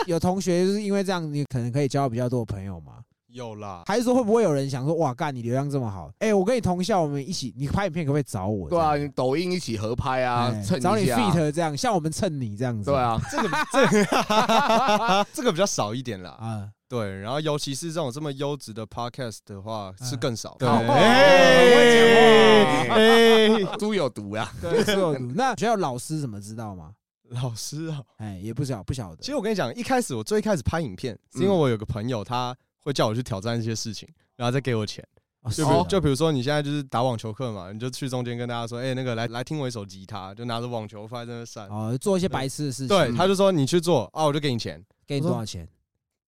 A: 有同学就是因为这样，你可能可以交到比较多的朋友嘛？
B: 有啦，
A: 还是说会不会有人想说，哇，干你流量这么好，哎，我跟你同校，我们一起，你拍影片可不可以找我？
C: 对啊，
A: 这
C: 你
A: 样
C: 抖音一起合拍啊
A: 哎，
C: 蹭
A: 找你
C: 一下啊
A: fit 这样，像我们蹭你这样子，
C: 对，啊，
B: 这个这个这个比较少一点啦。
A: 啊，
B: 对，然后尤其是这种这么优质的 podcast 的话，是更少。对，
A: 好
B: 哎
A: 棒哦啊
C: 很猪有毒 啊，
A: 对，是有毒那学校老师怎么知道吗？
B: 老师啊，
A: 哎，也不晓不晓得，
B: 其实我跟你讲，一开始我最开始拍影片，是因为我有个朋友他会叫我去挑战一些事情，然后再给我钱。
A: 哦
B: 就是比
A: 啊
B: 如就比如说你现在就是打网球课嘛，你就去中间跟大家说，哎，那个来来听我一首吉他，就拿着网球拍在那扇。
A: 哦，做一些白痴的事情，
B: 对，他就说你去做啊，我就给你钱，
A: 给你多少钱？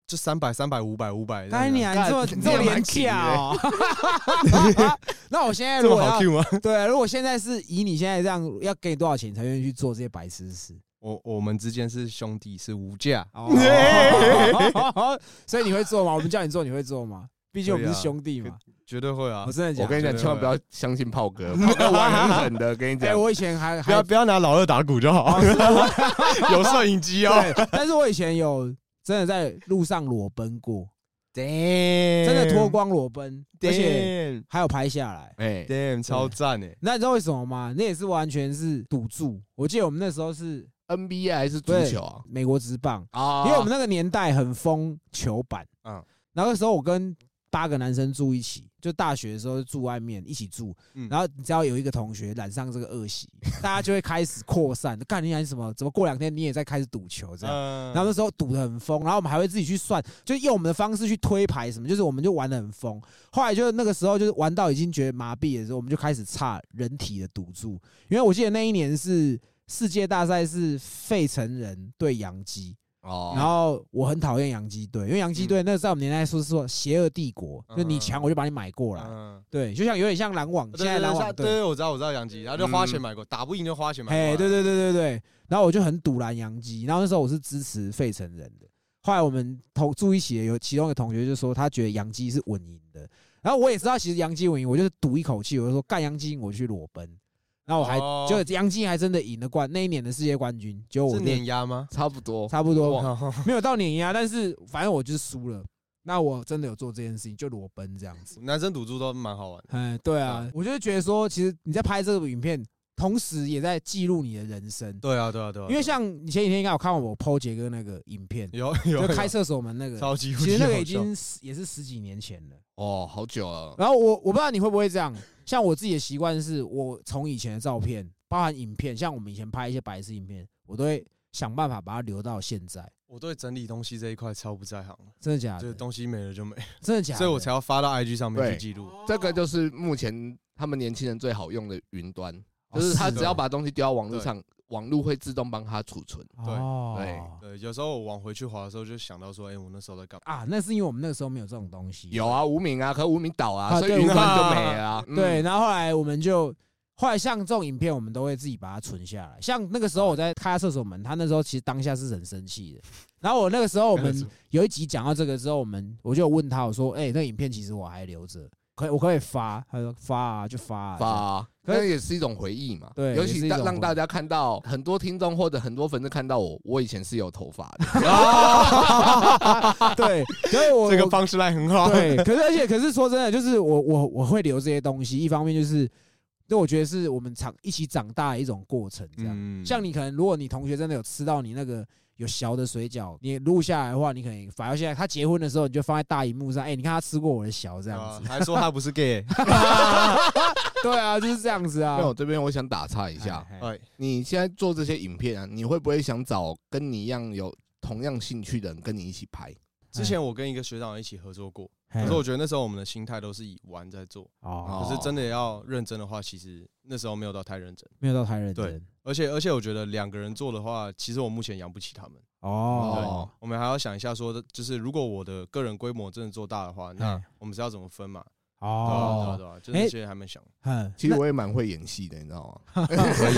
B: 就三百、三百、五百、五百。
A: 该你啊，你这么
C: 干
A: 你这么
C: 你也蛮
A: 廉
C: 勤的
A: 价哦。 那我现在
B: 这
A: 如
B: 么
A: 果
B: 好
A: 要
B: Q 吗？
A: 对，如果现在是以你现在这样，要给你多少钱才愿意去做这些白痴事？
B: 我我们之间是兄弟，是无价。
A: 哦，所以你会做吗？我们叫你做，你会做吗？毕竟我们是兄弟嘛。
B: 绝对会啊
A: 我！真的讲，
C: 我跟你讲，
B: 对
C: 千万不要相信炮 哥，炮哥玩很狠的，跟你
A: 哎，
C: 讲，
A: 我以前还
B: 不
A: 还哦
B: 要不要拿老二打鼓就好， 有摄影机 哦。
A: 对，但是我以前有真的在路上裸奔过，真
B: 真
A: 的脱，光裸奔，而且
B: damn
A: 还有拍下来。
C: 哎，
B: damn 超赞哎！
A: 那你知道为什么吗？那也是完全是赌注。我记得我们那时候是
C: NBA 还是足
A: 对
C: 球啊？
A: 美国职棒，
C: 啊
A: 因为我们那个年代很疯球板，嗯
B: 嗯，
A: 然后那时候我跟八个男生住一起，就大学的时候住外面一起住，
B: 嗯
A: 然后你只要有一个同学染上这个恶 习，大家就会开始扩散，干你还什么？怎么过两天你也在开始赌球这样？
B: 嗯
A: 然后那时候赌的很疯，然后我们还会自己去算，就用我们的方式去推牌什么，就是我们就玩的很疯。后来就那个时候就是玩到已经觉得麻痹的时候，我们就开始差人体的赌注，因为我记得那一年是世界大赛是费城人对洋基，
C: 哦，
A: 然后我很讨厌洋基队，因为洋基
B: 嗯
A: 队那在我们年代说是说邪恶帝国，就你强我就把你买过来，
B: 嗯
A: 对，就像有点像篮网，现在篮网队，
B: 对对，我知道我知道杨基，然后就花钱买过，打不赢就花钱买过啊来。
A: 哎，对对对对对，然后我就很堵拦洋基，然后那时候我是支持费城人的，后来我们同住一起的有其中一个同学就说他觉得洋基是稳赢的，然后我也知道其实洋基稳赢，我就是赌一口气，我就说干洋基赢我去裸奔，然后我还
B: 哦
A: 就洋基还真的赢了冠那一年的世界冠军，结果我
B: 是
A: 练
B: 碾 压吗？
C: 差不多，
A: 差不多
B: 哇
A: 没有到碾压，但是反正我就是输了。那我真的有做这件事情，就裸奔这样子。啊
B: 男生赌注都蛮好玩的。
A: 哎，对啊，我就是觉得说，其实你在拍这个影片同时也在记录你的人生。
B: 对啊，对啊，对啊，
A: 因 为像你前几天应该有看到我 PO 杰哥那个影片，
B: 有有
A: 就
B: 有
A: 开厕所门那个，
B: 超级无敌
A: 其实那个
B: 好
A: 已
B: 笑
A: 经十也是十几年前了。
C: 哦，好久了，
A: 然后我我不知道你会不会这样，像我自己的习惯是，我从以前的照片，包含影片，像我们以前拍一些白痴影片，我都会想办法把它留到现在。
B: 我对整理东西这一块超不在行，
A: 真的假
B: 就是
A: 的？
B: 东西没了就没了，
A: 真啊的假的？哦
B: 所以我才要发到 IG 上面去记录。
C: 这个就是目前他们年轻人最好用的云端，
A: 哦
C: 就是他
A: 是
C: 只要把东西丢到网络上，网络会自动帮他储存。
B: 对
A: 哦
B: 对，有时候我往回去滑的时候，就想到说，哎，我那时候在干嘛？
A: 啊，那是因为我们那个时候没有这种东西。
C: 有啊，无名啊，可无名倒啊，
A: 啊
C: 所以
A: 对
C: 云端
B: 无
C: 就
B: 名
C: 没了啊。嗯
A: 对，，然后后来我们就后来像这种影片，我们都会自己把它存下来。像那个时候我在开厕所门，他那时候其实当下是很生气的。然后我那个时候我
B: 看得
A: 们
B: 出
A: 有一集讲到这个之后，我们我就有问他我说：“哎、那个影片其实我还留着，可以我可不可以发？”他说：“发啊，就发啊。”
C: 发啊，
A: 可是
C: 那也是一种回忆嘛。
A: 对
C: 尤
A: 也
C: 其
A: 是一
C: 大
A: 种
C: 让
A: 回忆
C: 大家看到很多听众或者很多粉丝看到我，我以前是有头发 的。
A: 对，所以我
B: 这个
A: 我
B: 方式来很好。啊
A: 对，可是而且可是说真的，就是我我我会留这些东西，一方面就是，那我觉得是我们长一起长大的一种过程，这样。
B: 嗯
A: 像你可能，如果你同学真的有吃到你那个有小的水饺，你录下来的话，你可能反而现在他结婚的时候，你就放在大荧幕上，哎，你看他吃过我的小这样
B: 啊
A: 子，
B: 还说他不是 gay，
A: 对啊，就是这样子啊
C: 那。我这边我想打岔一下，
A: 哎，哎
B: 哎，
C: 你现在做这些影片啊，你会不会想找跟你一样有同样兴趣的人跟你一起拍？
B: 之前我跟一个学长一起合作过，
A: 哎
B: 可是我觉得那时候我们的心态都是以玩在做，
A: 哦，
B: 可是真的要认真的话，其实那时候没有到太认真。
A: 没有到太认
B: 对
A: 真
B: 而且而且，我觉得两个人做的话，其实我目前养不起他们。
A: 哦。
B: 我们还要想一下说，就是如果我的个人规模真的做大的话，那
A: 嗯
B: 我们是要怎么分嘛？对啊对啊
A: 哦，
B: 对啊，就是
A: 哎
B: 那些还没想。
A: 嗯，
C: 其实我也蛮会演戏的，你知道吗？
B: 可以，可以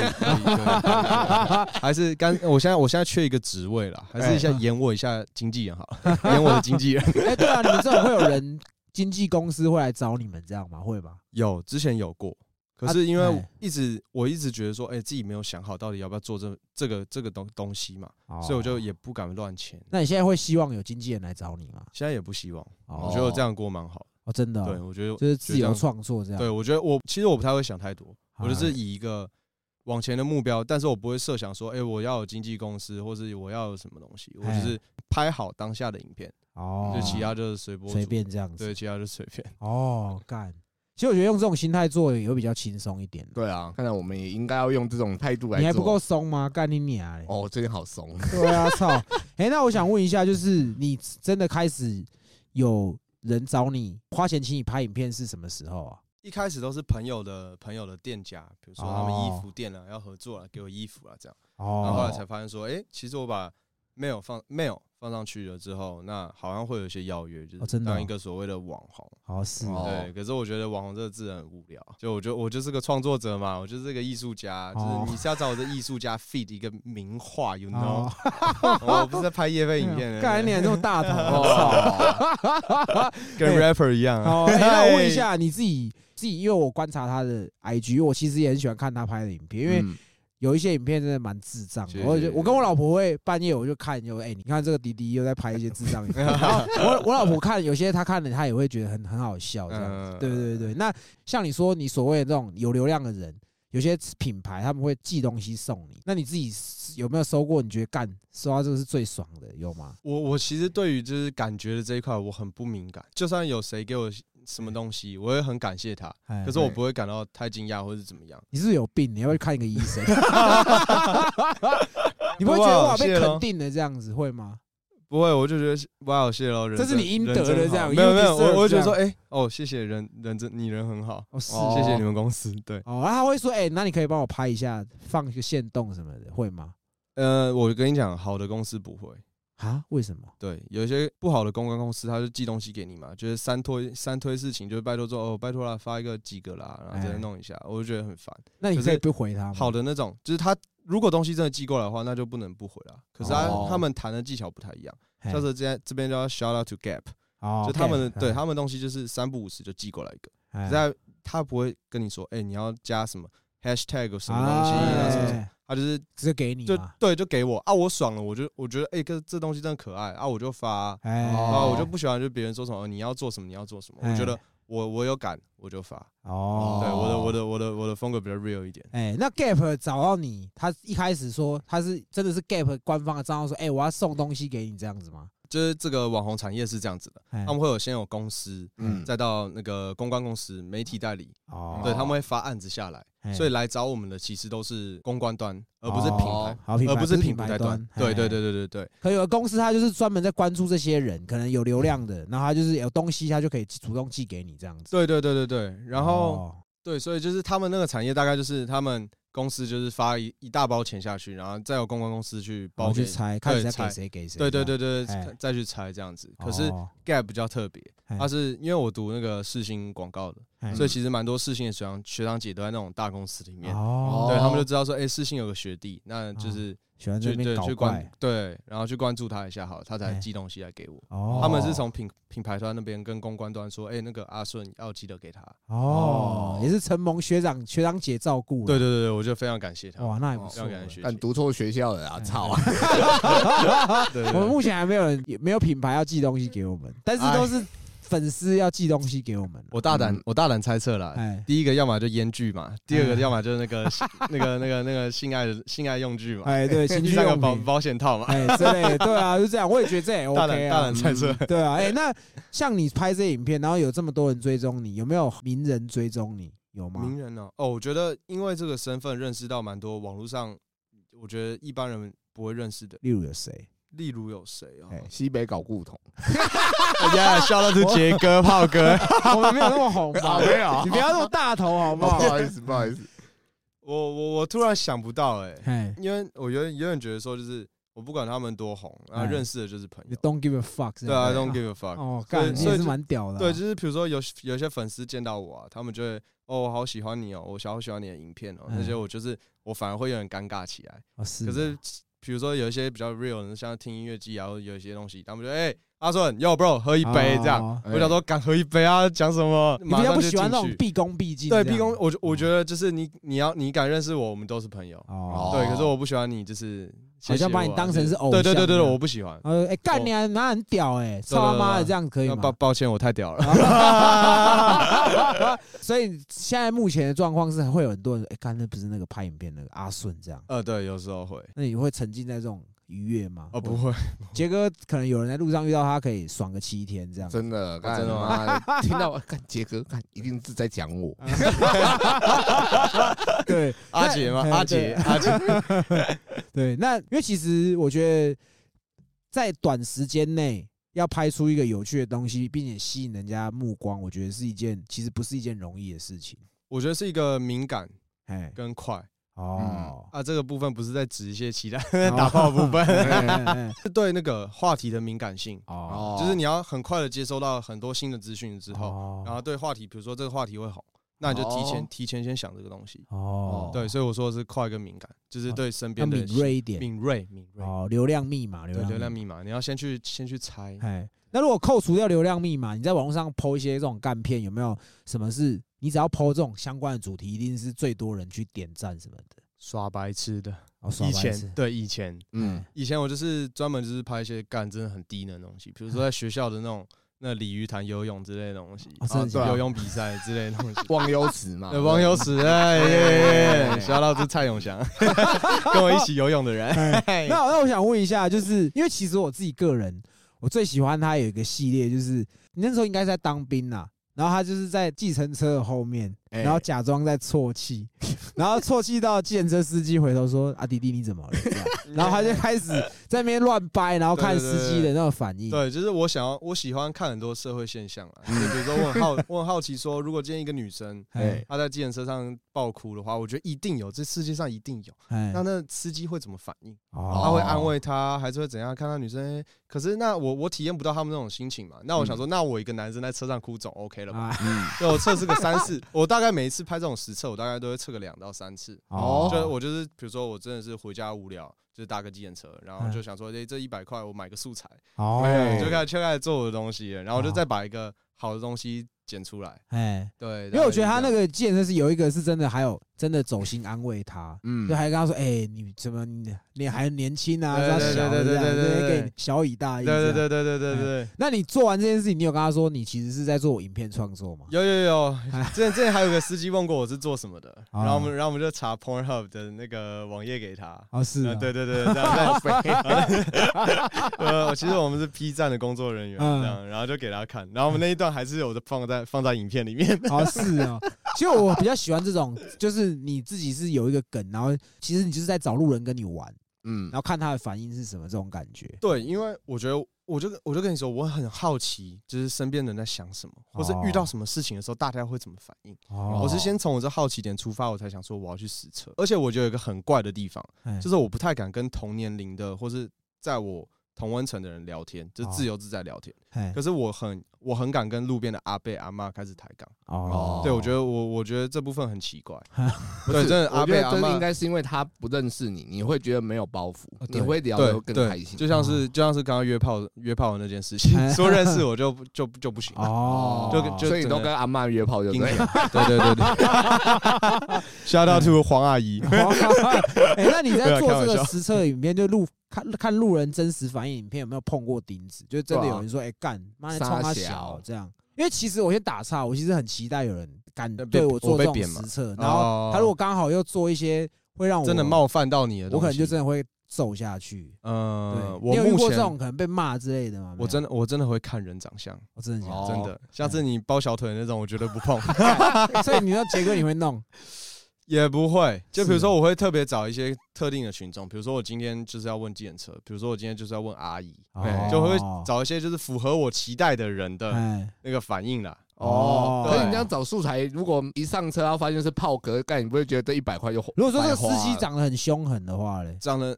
B: 可以，还是干？我现在我现在缺一个职位了，还是一下演我一下经纪人好了，演我的经纪人。
A: 哎，对啊，你们这种会有人经纪公司会来找你们这样吗？会吧？
B: 有之前有过，可是因
A: 啊
B: 为
A: 哎
B: 一直我一直觉得说，哎，自己没有想好到底要不要做这这个这个东东西嘛，所以我就
A: 哦
B: 也不敢乱签。
A: 那你现在会希望有经纪人来找你吗？
B: 现在也不希望，我
A: 哦
B: 觉得我这样过蛮好。
A: 哦，真的哦，
B: 对，我觉得
A: 就是自
B: 觉
A: 由
B: 得
A: 创作这样。
B: 对，我觉得我其实我不太会想太多，我就
A: 啊
B: 是以一个往前的目标，但是我不会设想说，哎、我要有经纪公司，或是我要有什么东西，我
A: 哎
B: 就是拍好当下的影片，
A: 哦，
B: 就其他就是随波
A: 随
B: 逐，
A: 便这样子
B: 对，。其他就随便。
A: 哦，干。其实我觉得用这种心态做也会比较轻松一点。
C: 对啊，看来我们也应该要用这种态度来做。
A: 你还不够松吗？干你娘嘞！
C: 哦，最近 好怂。
A: 对啊，操！哎，那我想问一下，就是你真的开始有人找你花钱请你拍影片是什么时候啊？
B: 一开始都是朋友的朋友的店家，比如说他们
A: 哦
B: 衣服店啊，要合作啊，给我衣服啊这样。然后后
A: 哦
B: 来才发现说，哎、其实我把 mail 放 mail 放上去了之后，那好像会有一些邀约，就
A: 哦
B: 是
A: 真的
B: 当
A: 哦
B: 一个所谓的网红。
A: 哦，是
C: 哦
B: 对，可是我觉得网红这个字很无聊，就我就我就是个创作者嘛，我就是个艺术家，就
A: 哦
B: 是你是要找我这艺术家 feed 一个名画，you
A: 哦，
B: know，我不是在拍夜配影片的，
A: 干你娘这么大头！操！
C: 哦，
B: 跟 rapper 一样啊。
A: 哦，哎那我问一下你自己，自己因为我观察他的 IG，因为我其实也很喜欢看他拍的影片，因为
C: 嗯
A: 有一些影片真的蛮智障的
B: 是，
A: 我
B: 是
A: 就是我跟我老婆会半夜我就看，就哎、你看这个迪迪又在拍一些智障影 片，然后我我老婆看有些她看了她也会觉得很很好笑这样子，
B: 嗯
A: 对对对对。那像你说你所谓的这种有流量的人，有些品牌他们会寄东西送你，那你自己有没有收过？你觉得干收到这个是最爽的，有吗？
B: 我我其实对于就是感觉的这一块我很不敏感，就算有谁给我什么东西，我会很感谢他，
A: 哎
B: 可是我不会感到太惊讶或是怎么样。
A: 你是不是有病？你要不要去看一个医 生？你不会觉得哇被肯定的这样子会吗？
B: 不会，我就觉得哇，谢喽，人
A: 这是你应得的
B: 人真好
A: 这样
B: 没有没
A: you
B: 有，
A: deserve
B: 我我就觉得
A: 这
B: 说，
A: 样
B: 哎、哦，谢谢人人真你人很好，
A: 哦，是
B: 谢谢你们公司，对。
A: 哦，然后他会说，哎，那你可以帮我拍一下，放一个线动什么的，会吗？
B: 呃，我跟你讲，好的公司不会。
A: 啊？为什么？
B: 对，有一些不好的公关公司，他就寄东西给你嘛，就是三推三推事情，就是拜托说哦，拜托啦，发一个几个啦，然后再
A: 哎
B: 弄一下，我就觉得很烦。
A: 那你
B: 可
A: 可以
B: 是
A: 不回他吗？
B: 好的那种，就是他如果东西真的寄过来的话，那就不能不回啦。可是他、
C: 哦
B: 他们谈的技巧不太一样，
A: 嘿，
B: 像是这这边叫 shout out to gap，、
A: 哦，
B: 就他们的
A: OK，
B: 对
A: 嗯
B: 他们东西就是三不五时就寄过来一个，
A: 哎
B: 可是他他不会跟你说，哎、你要加什么 hashtag 什么东西，
A: 哎
B: 啊、什么什么，他就是
A: 直接给你
B: 就
A: 嘛，
B: 对，就给我啊，我爽了，我就我觉得哎、哥这东西真的可爱啊，我就发啊、
A: 哎，
B: 啊，
C: 哦
B: 我就不喜欢就别人说什么、哦你要做什么，你要做什么。
A: 哎
B: 我觉得我我有敢我就发。
A: 哦，
B: 对，我的我的我的我的风格比较 real 一点。
A: 哎、那 Gap 找到你，他一开始说他是真的是 Gap 官方的账号说，哎、我要送东西给你这样子吗？
B: 就是这个网红产业是这样子的，
A: 哎
B: 他们会有先有公司，
C: 嗯，
B: 再到那个公关公司、媒体代理，
A: 哦哎
B: 对他们会发案子下来，
A: 们
B: 所以来找我们的其实都是公关端，而不是品牌
C: 哦。
A: 好品牌，
B: 而不是品
A: 牌
B: 牌端，对对对。
A: 哎
B: 对对对，
A: 可有的公司他就是专门在关注这些人，可能有流量的，然后他就是有东西，他就可以主动寄给你这样子。
B: 对对对对对。然后
A: 哦
B: 对，所以就是他们那个产业大概就是他们公司就是发一一大包钱下去，然后再有公关公司去
A: 然后
B: 包
A: 去
B: 给，
A: 猜，看
B: 对
A: 谁
B: 拆
A: 给谁给谁。
B: 对对
A: 这样，
B: 对对，
A: 哎
B: 对再去拆这样子。可是
A: 哦
B: Gap 比较特别，
A: 哎
B: 它是因为我读那个世新广告的，
A: 哎
B: 所以其实蛮多世新的学长学长姐都在那种大公司里面，
A: 哦，
B: 对他们就知道说，哎，世新有个学弟，那就是
A: 喜欢在
B: 去
A: 那边
B: 对
A: 搞
B: 去关
A: 怪。
B: 对，然后去关注他一下好了，他才
A: 哎
B: 寄东西来给我。
A: 哦，
B: 他们是从品品牌端那边跟公关端说，哎、那个阿顺要记得给他。
A: 哦
C: 哦，
A: 也是承蒙学长学长姐照顾。
B: 对对，对对，我就非常感谢他，
A: 哇，那还不
C: 哦
A: 错
B: 非常感
A: 欸。
B: 谢学
C: 但
B: 姐。
C: 读错学校了啊！
A: 哎
C: 操啊！
B: 对对
A: 我们
B: 对
A: 目前还没有人，也没有品牌要寄东西给我们，但是都是粉丝要寄东西给我们。
B: 哎我大胆
C: 嗯，
B: 我大胆猜测啦。
A: 哎，
B: 第一个要么就烟具嘛，第二个
A: 哎
B: 要么就是那个 那个那个那个性爱的性爱用具嘛，
A: 哎， 对，情
B: 第
A: 趣
B: 三个
A: 用
B: 保
A: 品，
B: 保险套嘛。
A: 哎之类的，对啊，就这样，我也觉得 这也
B: 大胆
A: OK
B: 大
A: 啊
B: 胆。猜测，
A: 对啊，哎，那像你拍这影片，然后有这么多人追踪你，有没有名人追踪你？有吗
B: 名？人呢？哦，我觉得因为这个身份认识到蛮多网络上，我觉得一般人不会认识的，
A: 例如有 谁？
B: 例如有谁啊？
A: 哎
C: 西北搞故同，
B: 呀，笑到是杰哥、炮哥，
A: 我们没有那么红吧？
B: 啊
C: 没有
A: 你不要那么大头好不
C: 不
A: 好？
B: 哦
C: 好意思，不好意思，
B: 我我我突然想不到哎、
A: 哎
B: 因为我有点有点觉得说，就是我不管他们多红，然后
A: 哎
B: 认识的就是朋
A: 你
B: 友。
A: ，Don't give a fuck 是吧。
B: 对啊，I，don't give a fuck。
A: 哦，
B: 所以
A: 干，你
B: 所
A: 也
B: 以
A: 是
B: 就
A: 蛮屌的啊。
B: 对，就是比如说有有一些粉丝见到我啊，他们就会哦，我好喜欢你哦，我好喜欢你的影片哦，
A: 嗯
B: 那些我就是我反而会有点尴尬起来。
A: 哦，是
B: 可
A: 啊。
B: 是比如说有一些比较 real 的，像听音乐季啊，或者有一些东西，他们就哎阿顺，Yo bro，喝一杯这样。
A: 哦
B: 我
C: 哎
B: 想说敢喝一杯啊，讲什么？
A: 你比较
B: 马上
A: 不
B: 就
A: 喜欢那
B: 进
A: 种
B: 去
A: 毕恭毕敬这
B: 对
A: 样。
B: 毕恭，我觉我
A: 哦
B: 觉得就是你你要你敢认识我，我们都是朋友。
A: 哦，
B: 对，可是我不喜欢你，就是
A: 好像把你当成是偶像
B: 啊对对对对
A: 一
B: 对，
A: 样
B: 我不喜欢。
A: 呃，哎，干你啊，那很屌哎，操他妈的，这样可以
B: 那抱
A: 吗？哦
B: 抱歉，我太屌了。
A: 所以现在目前的状况是，会有很多人说，哎，干那不是那个拍影片那个阿顺这样，
B: 呃，对，有时候会。
A: 那你会沉浸在这种愉悦吗？
B: 哦，不，会，
A: 杰哥可能有人在路上遇到他，可以爽个七天这样。
C: 真的，干
B: 哦真的吗
C: 妈 的听到看杰哥，看一定是在讲我。
A: 对
B: 阿杰吗？阿杰，阿杰。
A: 对，那因为其实我觉得，在短时间内要拍出一个有趣的东西，并且吸引人家目光，我觉得是一件其实不是一件容易的事情。
B: 我觉得是一个敏感
A: 哎，
B: 跟快
A: 哦，
B: 啊，这个部分不是在指一些其他打炮的部分，
A: 分
B: 是对那个话题的敏感性，
A: 哦，
B: 就是你要很快的接收到很多新的资讯之后，
A: 后
B: 然后对话题，比如说这个话题会红，那你就提前
C: 哦
B: 提前先想这个东西。
A: 哦，
B: 对，所以我说的是快跟敏感，就是对身
A: 要
B: 边的
A: 敏锐一点
B: 敏锐敏锐。
A: 哦，流量密码，
B: 对啊流
A: 量
B: 量密码，你要先去先去猜。
A: 哎，那如果扣除掉流量密码，你在网络上抛一些这种干片，有没有什么是你只要抛这种相关的主题，一定是最多人去点赞什么的？
B: 耍白痴的，
A: 哦，耍
B: 以
A: 白痴
B: 前对以前
C: 嗯，。
B: 以前我就是专门就是拍一些干真的很低能的东西，比如说在学校的那种 那鲤鱼潭游泳之类的东西，
A: 哦真的
B: 啊
A: 假的
B: 游泳比赛之类的 东西
C: 忘忧词嘛
B: 对，，网友死哎哎耶耶耶！笑到是蔡永祥， 跟我一起游泳的人。嘿
A: 那那我想问一下，就是因为其实我自己个人，我最喜欢他有一个系列，就是你那时候应该是在当兵呐、然后他就是在计程车的后面，
C: 哎
A: 然后假装在啜泣，然后啜泣到计程车司机回头说：“啊，弟弟你怎么了？”这 样然后他
B: 嗯
A: 就开始在那边乱掰，然后看司机的那个反应。
B: 对，就是我想要，我喜欢看很多社会现象啊，就比如说我很好， 我很好奇说，如果今天一个女生
A: 哎
B: 她在计程车上爆哭的话，我觉得一定有，这世界上一定有。
A: 哎
B: 那，那司机会怎么反应？他
A: 哦
B: 会安慰她，还是会怎样？看到女生，欸可是那我我体验不到他们那种心情嘛。那我想说，那我一个男生在车上哭总 OK 了吧？
A: 嗯啊
C: 嗯，
B: 对，我测试个三次，我大概每一次拍这种实测，我大概都会测个两到三次。
A: 哦，
B: 就是我就是比如说我真的是回家无聊，就是搭个计程车，然后
A: 嗯
B: 就想说，哎，这一百块我买个素材，
A: 哦
C: 哎
B: 就开始就开始做我的东西了，然后我就
A: 哦
B: 再把一个好的东西剪出来。
A: 哎，
B: 对，
A: 因为我觉得他那
B: 个
A: 个健身是有一个是真的，还有真的走心安慰他，
C: 嗯
A: 就还跟他说：“哎、你怎么你你还年轻啊，
B: 对
A: 他
B: 对
A: 小
B: 对
A: 的
B: 对
A: 这样，
B: 对对
A: 对
B: 对
A: 给你小以大义。”
B: 对对。对对对对对，
A: 那你做完这件事情，你有跟他说你其实是在做影片创作吗？
B: 有有 有，之前之前还有个司机问过我是做什么的，
A: 啊
B: 然后我们然后我们就查 Pornhub 的那个网页给他。
A: 哦，是
B: 呃
A: 啊，
B: 对对对， 这样这样 呃， 我其实我们是 P 站的工作人员，
A: 嗯
B: 这样，然后就给他看，然后我们那一段还是有的放在放在影片里面，
A: 哦，是啊。其实我比较喜欢这种，就是你自己是有一个梗，然后其实你就是在找路人跟你玩，
C: 嗯
A: 然，后看他的反应是什么，这种感觉。
B: 对，因为我觉得，我就我就跟你说，我很好奇，就是身边人在想什么，或是遇到什么事情的时候，大家会怎么反应。
A: 哦
B: 我是先从我这好奇点出发，我才想说我要去实测。而且我觉得有一个很怪的地方，
A: 哎
B: 就是我不太敢跟同年龄的，或是在我同温层的人聊天，就自由自在聊天。
A: 哦哎
B: 可是我很我很敢跟路边的阿伯阿妈开始抬杠。
A: 哦，
B: 对，我觉得我我觉得这部分很奇 怪。
C: 不
B: 对
C: 是，
B: 真的阿
C: 我觉
B: 贝
C: 得
B: 阿
C: 真的
B: 嬷
C: 应该是因为他不认识你，你会觉得没有包袱，
A: 哦对
C: 你会聊
B: 对
C: 得更开
B: 对，
C: 心。
A: 嗯
B: 就像是就像是刚刚约炮约炮的那件事 情，说认识我就不就就不行。
A: 哦，
B: 就就
C: 所以你都跟阿嬷约炮就
B: 应
C: 对
B: 该
C: 了。
B: 对对 对对，shout out to 黄阿
A: 嗯
B: 姨。
A: 哎，那你在做这
B: 没有开玩
A: 个
B: 笑
A: 实测影片，就路看看路人真实反应影片，有没有碰过钉子？就真的
C: 对啊
A: 有人说：“哎，干妈的
C: 傻
A: 冲他
C: 小
A: 小这样。”因为其实我先打岔，我其实很期待有人敢
B: 呃被
A: 对我做
B: 我
A: 这
B: 被
A: 种
B: 扁嘛
A: 实测，然后他
B: 哦
A: 如果刚好又做一些会让我
B: 真的冒犯到你的东
A: 我
B: 西，
A: 可能就真的会揍下去。对
B: 呃，，
A: 你
B: 我
A: 有遇
B: 目
A: 过这
B: 前
A: 种可能被骂之类的吗？
B: 我真
A: 的，
B: 的我真的会看人长相，
A: 我真的假
C: 哦
B: 真的。下次你包小腿那种，我绝对不 碰，
A: 的？哎所以你要杰哥你会 弄
B: 也不会。就比如
A: 是哦
B: 说，我会特别找一些特定的群众，比如说我今天就是要问计程车，比如说我今天就是要问阿姨，
A: 哦
B: 就会找一些就是符合我期待的人的
A: 哎，
B: 那个反应啦。
A: 哦
C: 哦，可是你这样
A: 对
C: 找素材，如果一上车，然后发现是炮哥，干你不会觉得这一百块就花
A: 如果说这
C: 白
A: 个
C: 花
A: 司机
C: 了
A: 长得很凶狠的话嘞，
B: 长得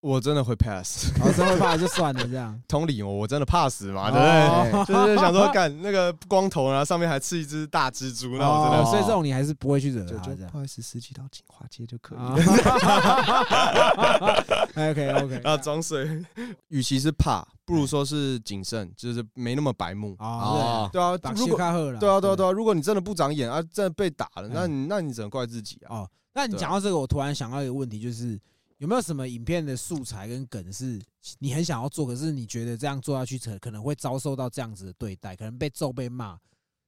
B: 我真的会 pass，
A: 哦，真会怕就算了这样。
B: 同理，我我真的怕死嘛， 对不对？
A: 哦
B: 就是想说，干那个光头，然后上面还刺一只大蜘蛛，那我真
A: 哦
B: 的
A: 所以这种你还是不会去惹他这样。
B: 好意思，司机到金华街就可
A: 啊 哎 OK OK，
B: 然后装水，与其是怕，不如说是谨慎，就是没那么白目。
A: 哦，
B: 对啊
A: 对，打
B: 如
A: 西
B: 果
A: 卡赫了。
B: 对啊，对啊，对啊，如果你真的不长眼啊，真的被打了，
A: 嗯
B: 那你那你只能怪自己啊。
A: 哦，那你讲到这个，我突然想到一个问题，就是有没有什么影片的素材跟梗是你很想要做，可是你觉得这样做下去可可能会遭受到这样子的对待，可能被揍、被骂，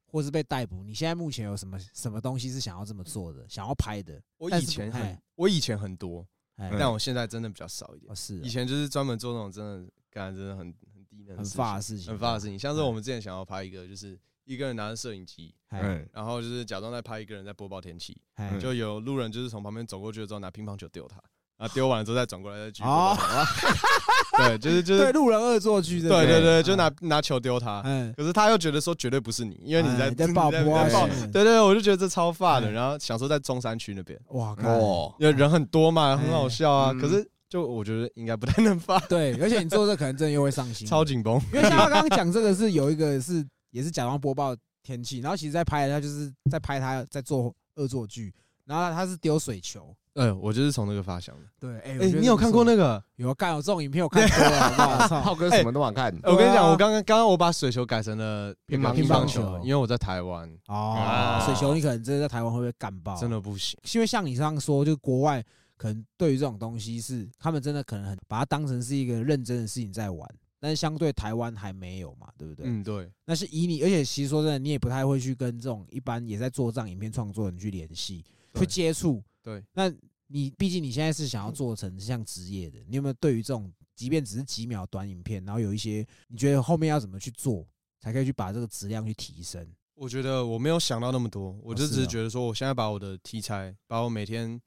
A: 或是被逮捕？你现在目前有什么什么东西是想要这么做的，想要拍的？
B: 我
A: 但
B: 以
A: 是
B: 前
A: 不
B: 很
A: 哎，
B: 我以前很多，
A: 哎，
B: 但我现在真的比较少一点
A: 哦。是
B: 以
A: 哦
B: 前就是专门做那种真的干真的很很低能的
A: 很
B: 事情
A: 发的事情，
B: 很发的事情，像是
A: 哎
B: 我们之前想要拍一个，就是一个人拿着摄影机，
A: 哎。
B: 然后就是假装在拍一个人在播报天气，
A: 哎
C: 嗯
B: 就有路人就是从旁边走过去之后拿乒乓球丢他， 啊丢完了之后再转过来再继续播
A: 哦
B: 报。对，就是就是
A: 对路人恶作剧，
B: 对
A: 不
B: 对对，
A: 嗯
B: 就拿拿球丢他，
A: 嗯，
B: 可是他又觉得说绝对不是你，因为你
A: 哎
B: 在
A: 你
B: 你
A: 在
B: 你
A: 报
B: 在
A: 播啊
B: 报
A: 新闻
B: 对对对，我就觉得这超发的。
A: 哎
B: 然后想说在中山区那边，
A: 哇靠！
C: 哦，
B: 因为人很多嘛，很好笑啊。
C: 嗯
B: 可是就我觉得应该不太能发，
A: 对，而且你做这可能真的又会上心，
B: 超紧 绷。
A: 因为像他刚刚讲这个是有一个是也是假装播报天气，然后其实在拍他就是在拍他在做恶作剧，然后他是丢水球。
B: 呃，我就是从那个发想的。
A: 对，哎、
B: 哎，你有看过
A: 个？
B: 那个？
A: 有干有这种影片，我看过了， 好不
B: 哎
A: 好？
C: 炮哥什么都敢看，
B: 我跟
A: 对
B: 你
A: 啊
B: 讲，我刚刚刚刚我把水球改成了
C: 乒
B: 那个
C: 乓
B: 乒
A: 球
B: 乓球，因为我在台湾
A: 哦
B: 啊，
A: 水球你可能真的在台湾会被干爆，
B: 真。的不行。
A: 因为像你刚刚说，就国外可能对于这种东西是他们真的可能很把它当成是一个认真的事情在玩，但是相对台湾还没有嘛，对不对？
B: 嗯，对，
A: 那是以你，而且其实说真的，你也不太会去跟这种一般也在做这样影片创作的人去联系、
B: 对
A: 去接触。
B: 对，
A: 那你毕竟你现在是想要做成像职业的，你有没有对于这种，即便只是几秒短影片，然后有一些你觉得后面要怎么去做，才可以去把这个质量去提升？
B: 我觉得我没有想到那么多，我就只
A: 是哦
B: 是觉得说，我现在把我的题材，把我每天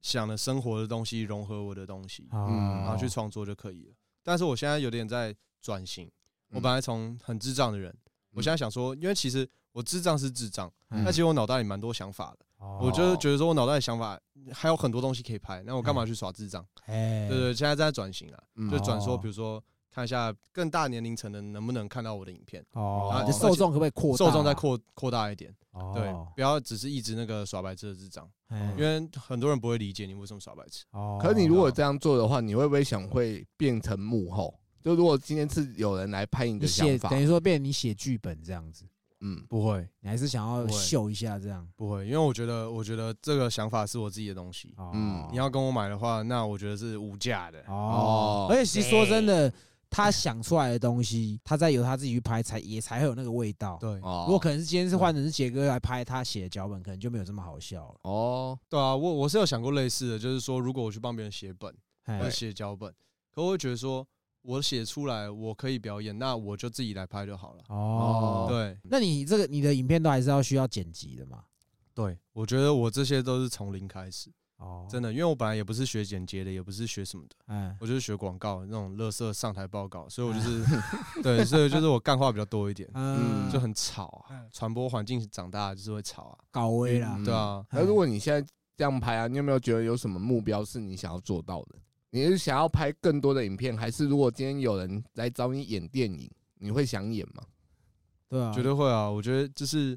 B: 想的生活的东西融合我的东西，
A: 嗯，
B: 然后去创作就可以了。但是我现在有点在转型，我
C: 嗯
B: 本来从很智障的人，我现在想说，因为其实我智障是智障，
A: 嗯哦
B: 那其实我脑袋里蛮多想法的，我
A: 就
B: 就是觉得说我脑袋的想法还有很多东西可以拍，那我干
A: 嗯
B: 嘛去耍智障？
A: 哎，
B: 对对，现在在转型啊，
C: 嗯
B: 就转
A: 哦
B: 说，比如说看一下更大年龄层的能不能看到我的影片，
A: 哦，
B: 然
A: 你
B: 后
A: 受众可不可以扩大？
B: 啊
A: 啊
B: 受众再，扩扩大一点，对
A: 哦，，
B: 不要只是一直那个耍白痴的智障，
A: 哎
B: 因为很多人不会理解你为什么耍白痴。
A: 哦
C: 可是你如果这样做的话，你会不会想会变成幕后？就如果今天是有人来拍你
A: 你
C: 的想
A: 写
C: 法，
A: 等于说变成你写剧本这样子，
C: 嗯，
B: 不会
A: 你还是想要
B: 不会
A: 秀一下这样。
B: 不会，因为我觉得我觉得这个想法是我自己的东西。
A: 哦
C: 嗯
B: 你要跟我买的话，那我觉得是无价的。
A: 哦
C: 哦，
A: 而且其实说真的，他想出来的东西，他再由他自己去拍，才也才会有那个味道。
B: 对
C: 哦，
A: 如果可能是今天是换成是杰哥来拍他写的脚本，可能就没有这么好笑了。
C: 哦，
B: 对啊，我我是有想过类似的，就是说，如果我去帮别人写本，
A: 哎
B: 或者写脚本，可我会觉得说，我写出来我可以表演，那我就自己来拍就好了。
A: 哦，
B: 对
A: 那你这个你的影片都还是要需要剪辑的嘛？
B: 对，我觉得我这些都是从零开始，
A: 哦，
B: 真的，因为我本来也不是学剪接的，也不是学什么的，
A: 哎，
B: 我就是学广告那种乐色上台报告，所以我就是对，所以就是我干话比较多一点，
A: 嗯，
C: 嗯
B: 就很吵啊，传播环境长大就是会吵啊，
A: 搞威啦
C: 嗯。
B: 对啊，
A: 哎
C: 那如果你现在这样拍啊，你有没有觉得有什么目标是你想要做到的？你是想要拍更多的影片，还是如果今天有人来找你演电影，你会想演吗？
A: 对啊，
B: 绝对会啊！我觉得就是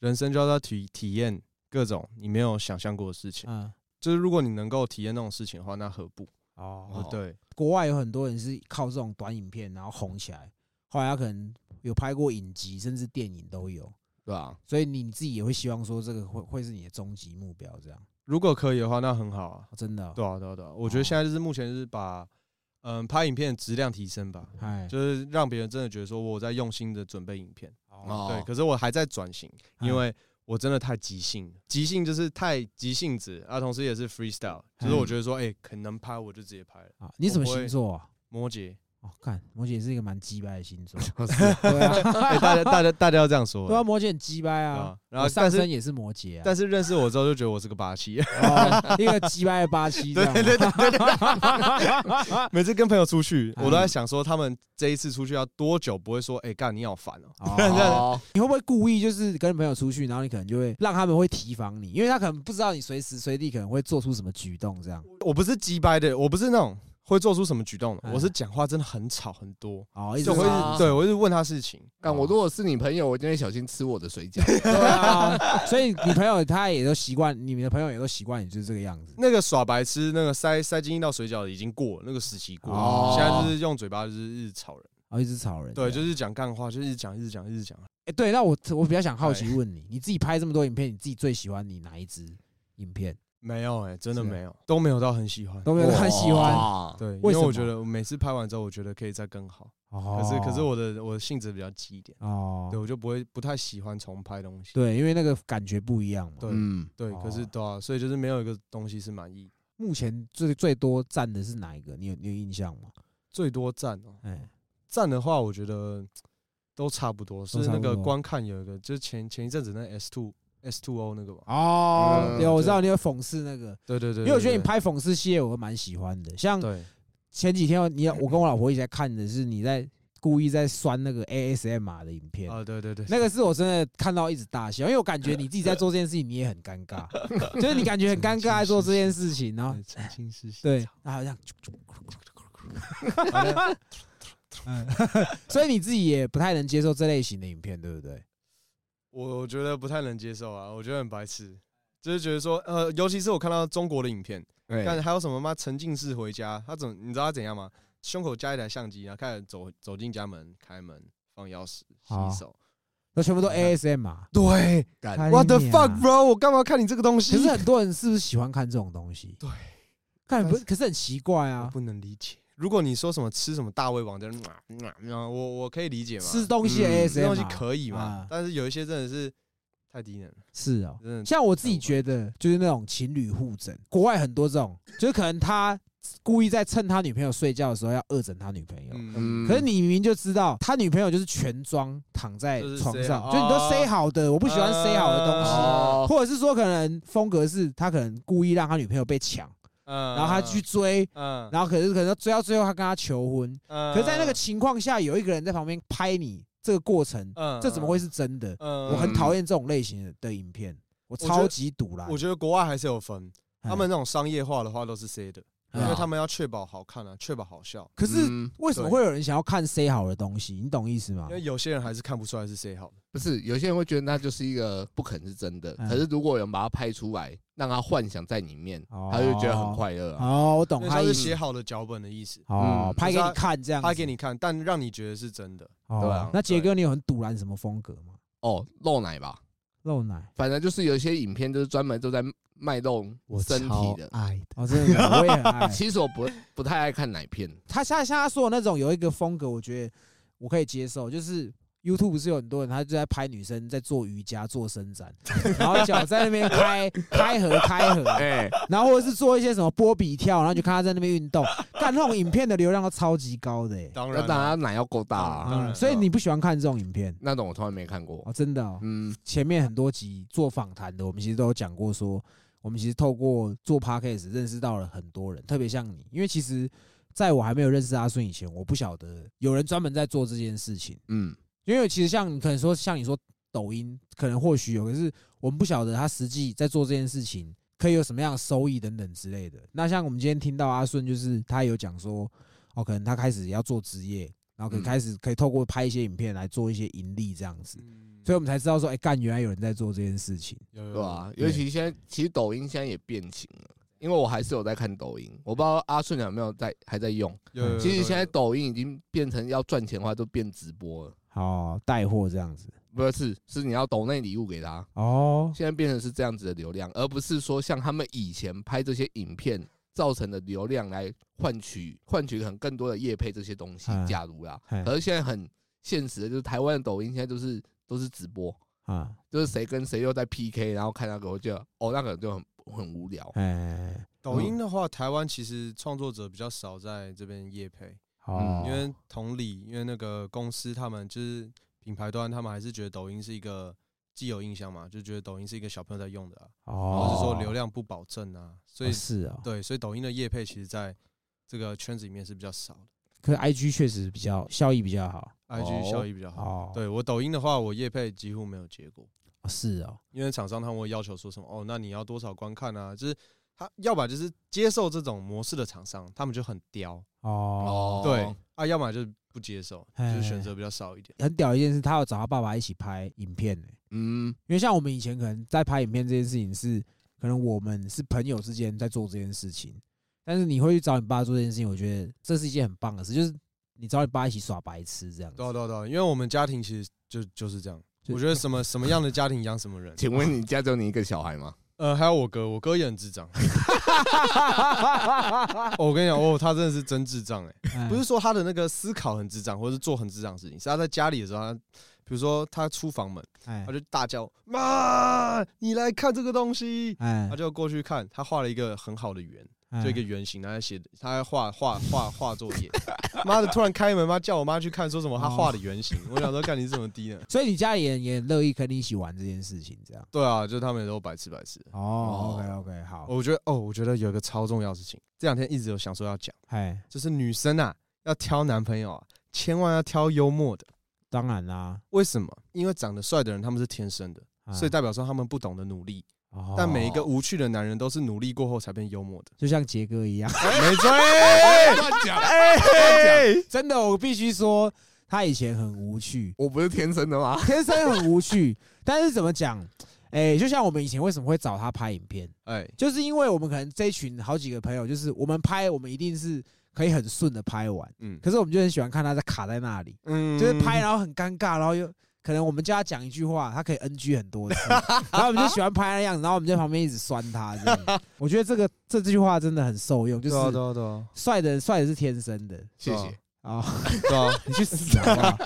B: 人生就要体体验各种你没有想象过的事情。
A: 嗯，
B: 就是如果你能够体验那种事情的话，那何不？
A: 哦，
B: 哦，对，
A: 国外有很多人是靠这种短影片然后红起来，后来他可能有拍过影集，甚至电影都有。
C: 对吧、
A: 所以你你自己也会希望说这个会会是你的终极目标，这样、
B: 如果可以的话，那很好啊。
A: 哦真的哦、
B: 对啊，对啊，对啊！我觉得现在就是目前就是把嗯拍影片的质量提升吧，
A: 哎，
B: 就是让别人真的觉得说我有在用心的准备影片。
A: 哦
B: 对，可是我还在转型，
A: 嗯
B: 因为我真的太急性了，急性就是太急性子啊，同时也是 freestyle，就是我
C: 嗯
B: 觉得说，哎，可能拍我就直接拍了。
A: 啊，你什么
B: 我不会
A: 星座啊？
B: 摩羯，
A: 哦，看摩羯也是一个蛮鸡掰的星 座，
B: 哦
C: 对啊，
B: 哎，大家大家大家要这样说，
A: 对啊，摩羯很鸡掰
B: 对
A: 啊
B: 啊，然后
A: 我上
B: 但是
A: 身也是摩羯啊，
B: 但是认识我之后就觉得我是个 八七，
A: 哦一个鸡掰的八 七这样啊，
B: 对对每次跟朋友出去，
A: 嗯
B: 我都在想说他们这一次出去要多久不会说，哎、干你好烦哦、
A: 哦，你会不会故意就是跟朋友出去，然后你可能就会让他们会提防你，因为他可能不知道你随时随地可能会做出什么举动这样。
B: 我不是鸡掰的，我不是那种会做出什么举动的，
A: 嗯
B: 我是讲话真的很吵很多，
A: 哦，一直
B: 就会
A: 说
B: 一直对我一直问他事情，
C: 但我如果是你朋友，我就会小心吃我的水饺。
A: 对啊，所以你朋友他也都习惯，你们的朋友也都习惯你就是这个样子。
B: 那个耍白痴，那个塞塞金到水饺的已经过了那个时期过了，
A: 哦
B: 现在就是用嘴巴就是一直吵人，
A: 哦，一直吵人这样。
B: 对，就是讲干话，就是一直讲一直讲一直讲。
A: 哎、对，那我我比较想好奇问你，你自己拍这么多影片，你自己最喜欢你哪一支影片？
B: 没有哎、真的
A: 是啊
B: 没有，都没有到很喜欢。
A: 都没有
C: 哦
A: 很喜欢。
C: 哇，
B: 对，
A: 为
B: 因为
A: 什么
B: 我觉得我每次拍完之后，我觉得可以再更好。
A: 哦
B: 可是可是我的我的性质比较急一点，对
A: 哦，
B: 我就不会不太喜欢重拍东西。
A: 对，因为那个感觉不一样嘛。
B: 对
C: 嗯，
B: 对，可是
A: 哦
B: 对啊，所以就是没有一个东西是满意。
A: 目前最最多赞的是哪一个？你有你有印象吗？
B: 最多赞哦，
A: 哎、
B: 赞的话我觉得都差不多，是
A: 差
B: 那
A: 不
B: 个
A: 多
B: 观看有一个，就是前前一阵子那 S two S two O 那个吧。
A: 哦，
C: 嗯
A: 有我知
B: 对
A: 道你有讽刺那个，
B: 啊对对对，
A: 因为我
B: 对
A: 觉得你
B: 对
A: 拍讽刺系列我蛮喜欢的，像
B: 对
A: 前几天你我跟我老婆一起在看的是你在故意在酸那个 ASMR 的影片。
B: 啊，对对对，
A: 那个是我真的看到一直大笑，因为我感觉你自己在做这件事情，你也很尴 尬， 就是你感觉很尴尬在做这件事情，然后
B: 对澄清事实
A: 对，然后这 样， 嗯，所以你自己也不太能接受这类型的影片，对不对？
B: 我我觉得不太能接受啊，我觉得很白痴，就是觉得说，呃，尤其是我看到中国的影片，
C: 对
B: 看还有什么妈沉浸式回家，他怎你知道他怎样吗？胸口加一台相机，然后开始走走进家门，开门放钥匙，
A: 好
B: 洗手。
A: 那全部都 ASM 嘛
B: 啊对
C: 干
B: ，What the
A: 你啊
B: fuck, bro？我干嘛看你这个东西？
A: 可是很多人是不是喜欢看这种东西？
B: 对，
A: 看不
B: 但是
A: 可是很奇怪
B: 我
A: 啊，
B: 不能理解。如果你说什么吃什么大胃王，就是我我可以理解嘛，
A: 吃东西的
C: 嗯
B: 吃
A: ASM
B: 东西
A: 嘛
B: 可以嘛
A: 啊？
B: 但是有一些真的是太低能了，
A: 是哦。
B: 真 的。
A: 像我自己
B: 啊
A: 觉得，就是那种情侣互整，国外很多这种，就是可能他故意在趁他女朋友睡觉的时候要恶整他女朋友，
B: 嗯，
C: 嗯
A: 可是你明明就知道他女朋友就是全装躺在
B: 就是
A: 床
B: say
A: 上，
B: 好
A: 就你都
B: 哦
A: say 好的，我不喜欢 say 好的东西，
C: 哦
A: 或者是说可能风格是他可能故意让他女朋友被抢，
B: 嗯
A: 然后他去，追，
B: 嗯，
A: 然后可是可能追到最后他跟他求婚，
B: 嗯
A: 可是在那个，情况下有一个人在旁边拍你这个过程，
B: 嗯
A: 这怎么会？是真的？
B: 嗯
A: 我很讨厌这种类型的的影片，我
B: 觉得
A: 超级堵啦。
B: 我觉得国外还是有分，
A: 嗯
B: 他们那种商业化的话都是 C 的，因
A: 嗯
B: 为他们要确保好看啊，确保好笑。
A: 可是
C: 嗯
A: 为什么
B: 对
A: 会有人想要看 C 好的东西？你懂意思吗
B: 因？为有些人还是看不出来是 C 好的，
C: 不是有些人会觉得那就是一个不可能是真的，
A: 嗯
C: 可是如果有人把它拍出来，让他幻想在里面，
A: 哦
C: 他就觉得很快乐啊。
A: 哦，我懂
B: 那
A: 他
B: 像
A: 意
B: 是
A: 思
B: 写。好的脚本的意思，
A: 哦
C: 嗯，
A: 拍给
B: 就是
A: 你
B: 他
A: 看这样子，
B: 拍给你看，但让你觉得是真的。
A: 哦
C: 对啊
A: 那杰
B: 对
A: 哥，你有很堵然什么风格吗？
C: 哦，露奶吧，
A: 露奶，
C: 反正就是有一些影片就是专门都在卖弄身体的。
D: 爱的，
A: 哦，真的假的，我也很 爱。
C: 其实我不不太爱看奶 片，
A: 他像像他说的那种有一个风格，我觉得我可以接受，就是 YouTube 不是有很多人，他就在拍女生在做瑜伽、做伸展，然后脚在那边开开合开合，
C: 哎，
A: 然后或者是做一些什么波比跳，然后就看他在那边运动，干那种影片的流量都超级高的、欸，
B: 当
C: 那
B: 然啊
C: 当
B: 啦，
C: 然奶要够大
B: 当然
C: 啊，
A: 嗯所以你不喜欢看这种影片
C: 那种我从来没看过
A: 哦，。真的、哦。
C: 嗯，
A: 前面很多集做访谈的，我们其实都有讲过说，我们其实透过做 podcast 认识到了很多人，特别像你，因为其实在我还没有认识阿顺以前，我不晓得有人专门在做这件事情。
C: 嗯，
A: 因为其实像你可能说，像你说抖音，可能或许有，可是我们不晓得他实际在做这件事情可以有什么样的收益等等之类的。那像我们今天听到阿顺，就是他有讲说，哦，可能他开始要做职业，然后可以
C: 嗯
A: 开始可以透过拍一些影片来做一些盈利这样子，
B: 嗯
A: 所以我们才知道说，哎，干，原来有人在做这件事情。
B: 有有
C: 对
A: 嗯
B: 有
C: 吧？尤其现在，其实抖音现在也变形了，因为我还是有在看抖音，我不知道阿顺有没有在还在用。
B: 有有有
C: 其实现在
B: 有
C: 抖音已经变成要赚钱的话，都变直播了，
A: 好，带货这样子。
C: 不是，是你要抖那礼物给他。
A: 哦，
C: 现在变成是这样子的流量，而不是说像他们以前拍这些影片造成的流量来换取换取很更多的业配这些东西
B: 哎
A: 嗯。
C: 假如啦，
A: 嘿
C: 可是现在很现实的，就是台湾的抖音现在都是都是直播，
A: 啊，
C: 就是谁跟谁又在 PK，然后看那个，我觉得哦，那个就很很无聊。
A: 哎，
B: 抖音的话，台湾其实创作者比较少在这边业配，
A: 好，
B: 嗯因为同理，因为那个公司他们就是品牌端，他们还是觉得抖音是一个既有印象嘛，就觉得抖音是一个小朋友在用的啊，
A: 哦
B: 或是说流量不保证啊，所以
A: 哦是啊，
B: 对，所以抖音的业配其实在这个圈子里面是比较少的
A: 可是 IG 确实比较效益比较好。
B: ，IG
C: 哦
B: 效益比较好。
A: 哦，
B: 对我抖音的话，我业配几乎没有结果，
A: 哦，是哦，
B: 因为厂商他们会要求说什么哦，那你要多少观看啊？就是他要么就是接受这种模式的厂商，他们就很刁，
A: 哦，
B: 对啊，要么就是不接受，就
A: 哎
B: 是选择比较少一点。
A: 很屌的一件事，他要找他爸爸一起拍影片呢、
C: 嗯，
A: 因为像我们以前可能在拍影片这件事情是，可能我们是朋友之间在做这件事情，但是你会去找你爸做这件事情，我觉得这是一件很棒的事，就是你找你爸一起耍白痴这样子
B: 对啊。对啊对啊，因为我们家庭其实就就是这样，
A: 就
B: 我觉得什么什么样的家庭养什么人。
C: 请问你家只有你一个小孩吗？
B: 呃，还有我哥，我哥也很智障。哦我跟你讲，哦，他真的是真智障哎、
A: 哎
B: 不是说他的那个思考很智障，或者是做很智障的事情，是他在家里的时候，他比如说他出房门，
A: 哎
B: 他就大叫妈，你来看这个东西，
A: 哎
B: 他就过去看，他画了一个很好的圆，
A: 哎
B: 就一个圆形，然后他写他还画画画画作业， 妈的，突然开门妈叫我妈去看，说什么他画的圆形，我想说干你怎么低呢？
A: 所以你家里人也很乐意跟你一起玩这件事情，这样。
B: 对啊，就他们也都白痴白痴。
A: 哦，OK OK，好，
B: 我觉得哦，我觉得有一个超重要的事情，这两天一直有想说要讲，
A: 哎，
B: 就是女生啊要挑男朋友啊，千万要挑幽默的。
A: 当然啦，
B: 为什么？因为长得帅的人他们是天生的，
A: 哎
B: 所以代表说他们不懂得努力。
A: 哦
B: 但每一个无趣的男人都是努力过后才变幽默的。
A: 就像杰哥一样。
B: 没错，
A: 哎
B: 哎
C: 哎乱讲，乱讲，
A: 真的，我必须说，他以前很无趣，
C: 我不是天生的吗？
A: 天生很无趣。但是怎么讲？哎、就像我们以前为什么会找他拍影片，
B: 哎，
A: 就是因为我们可能这一群好几个朋友，就是我们拍，我们一定是可以很顺的拍完。
B: 嗯
A: 可是我们就很喜欢看他在卡在那里，
B: 嗯
A: 就是拍，然后很尴尬，然后又可能我们叫他讲一句话，他可以 NG 很 多次，然后我们就喜欢拍那样子，然后我们就在旁边一直酸他。这 样我觉得这个这句话真的很受用，就
B: 对啊
A: 是
B: 对啊对啊
A: 帅的帅的是天生 的
C: 谢
B: 对啊
C: 谢。
A: 啊、哦
B: 对啊。
A: 你去死好不好？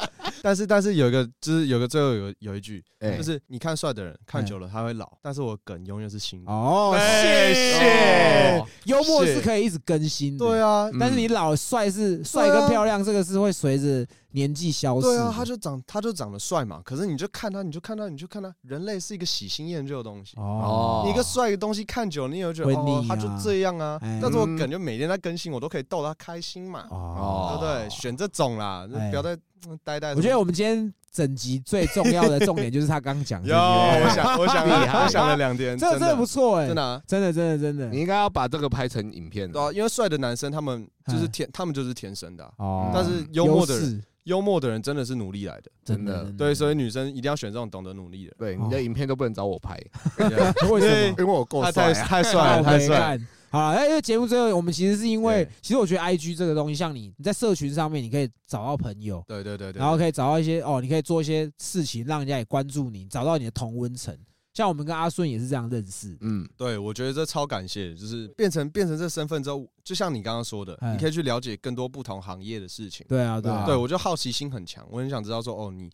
B: 但是但是有一个就是有个最后有有一句，
C: 哎
B: 就是你看帅的人看
A: 哎
B: 久了他会老，但是我梗永远是新的。
A: 哦，
B: 哎
A: 谢
B: 谢
A: 幽默是可以一直更新的，
B: 对。啊，
A: 但是你老帅是帅
B: 对
A: 跟
B: 啊
A: 漂亮，这个是会随着年纪消失的。
B: 对啊，他就长他就长得帅嘛，可是你就看他，你就看他，你就看他，人类是一个喜新厌旧的东西。
A: 哦
C: 哦，
B: 你一个帅的东西看久了，你也会觉得
A: 会
B: 哦
A: 腻，
B: 他就
A: 啊
B: 这样啊
A: 哎。
B: 但是我
C: 嗯
B: 梗就每天在更新，我都可以逗他开心嘛，对
A: 哦
C: 哦
B: 不对？选这种啦，就
A: 哎
B: 不要再嗯呆呆。
A: 我觉得我们今天整集最重要的重点就是他刚讲
B: 有，
A: 这
B: 我
A: 些，
B: 想我想
C: 厉
B: 了
C: 害
B: 我想了两天，
A: 这
B: 真
A: 真的不错哎
B: 真，的啊。
A: 真的真的真的
C: 你应该要把这个拍成影片
B: 对啊，
C: 的。
B: 因为帅的男生他们就是
A: 哎
B: 天，他们就是天生的啊、
A: 哦
B: 但是幽默的
A: 优
B: 人，
A: 势
B: 幽默的人真的是努力来的。
A: 真的
C: 真的
A: 真的
B: 对，所以女生一定要选这种懂得努力的
C: 对，你的影片都不能找我拍，
B: 人
A: 为什么
B: 因为
C: 因为我够
B: 他
C: 帅
B: 太
C: 啊。
B: 太帅了，太帅了。
A: 干好啦，那因为节目最后，我们其实是因为
B: 对，
A: 其实我觉得 I G 这个东西，像你你在社群上面，你可以找到朋友，
B: 对对对对，
A: 然后可以找到一些哦，你可以做一些事情，让人家也关注你，找到你的同温层。像我们跟阿顺也是这样认识，
C: 嗯，
B: 对我觉得这超感谢，就是变成变成这身份之后，就像你刚刚说的，
A: 哎
B: 你可以去了解更多不同行业的事情。
A: 对啊，对啊，
B: 嗯对我就好奇心很强，我很想知道说哦，你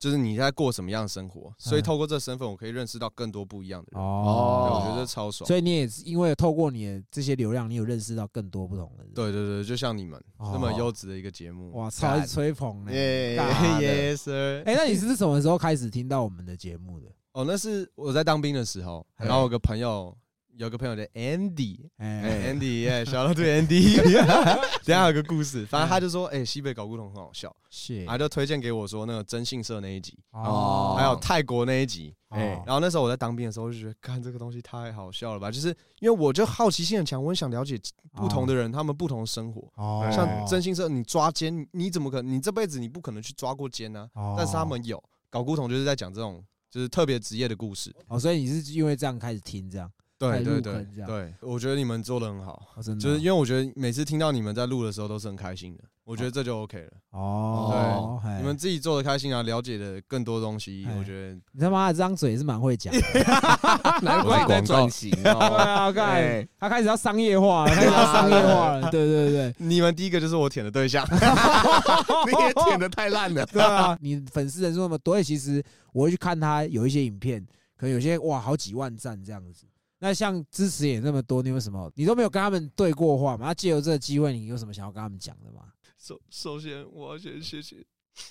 B: 就是你在过什么样的生活，所
A: 嗯
B: 以透过这身份，我可以认识到更多不一样的人。对
A: 哦
B: 我觉得这超爽。
A: 所以你也是因为透过你的这些流量，你有认识到更多不同的人。
B: 对对对，就像你们
A: 哦
B: 那么优质的一个节目，
A: 哇，超爱吹捧呢、
B: 耶
A: 尬的
B: 耶 sir！
A: 哎、那你是什么时候开始听到我们的节目的？
B: 哦，那是我在当兵的时候，
A: 哎
B: 然后我有个朋友，有个朋友叫 Andy，Andy
A: 哎、
B: 耶，小到 对 Andy，等一下有个故事，反正他就说，哎，西北搞古董很好笑，
A: 是
B: 他就推荐给我说那个征信社那一集，
A: 哎哦，
B: 哎还有泰国那一集。
A: 哎、
B: 然后那时候我在当兵的时候，我就觉得，看这个东西太好笑了吧！就是因为我就好奇心很强，我很想了解不同的人，他们不同的生活。
A: 哦，
B: 像征信社，你抓奸，你怎么可能？你这辈子你不可能去抓过奸啊！
A: 哦，
B: 但是他们有搞古董，就是在讲这种就是特别职业的故事。
A: 哦，所以你是因为这样开始听这样，带
B: 对
A: 入
B: 对
A: 坑
B: 对
A: 这样
B: 对，我觉得你们做的很好，
A: 哦、真的
B: 就是因
A: 为
B: 为我觉得每次听到你们在录的时候都是很开心的，我觉得这就 OK 了。
A: 哦，嘿
B: 你们自己做的开心啊，了解的更多东西
A: 哎，
B: 我觉得
A: 你他妈的这张嘴也是蛮会讲 的，
C: 啊难怪你在转型
A: 对
C: 哦。
A: 啊，看
C: 哎
A: 他开始要商业化 了，开始要商业化了，对对对。
B: 你们第一个就是我舔的对象。
C: 你也舔的太烂了。
A: 对啊，你粉丝人数那么多，欸而且其实我会去看他有一些影片，可能有些哇好几万赞这样子。那像支持也那么多，你有什么？你都没有跟他们对过话嘛？那借由这个机会，你有什么想要跟他们讲的吗？
B: 首首先，我要先谢谢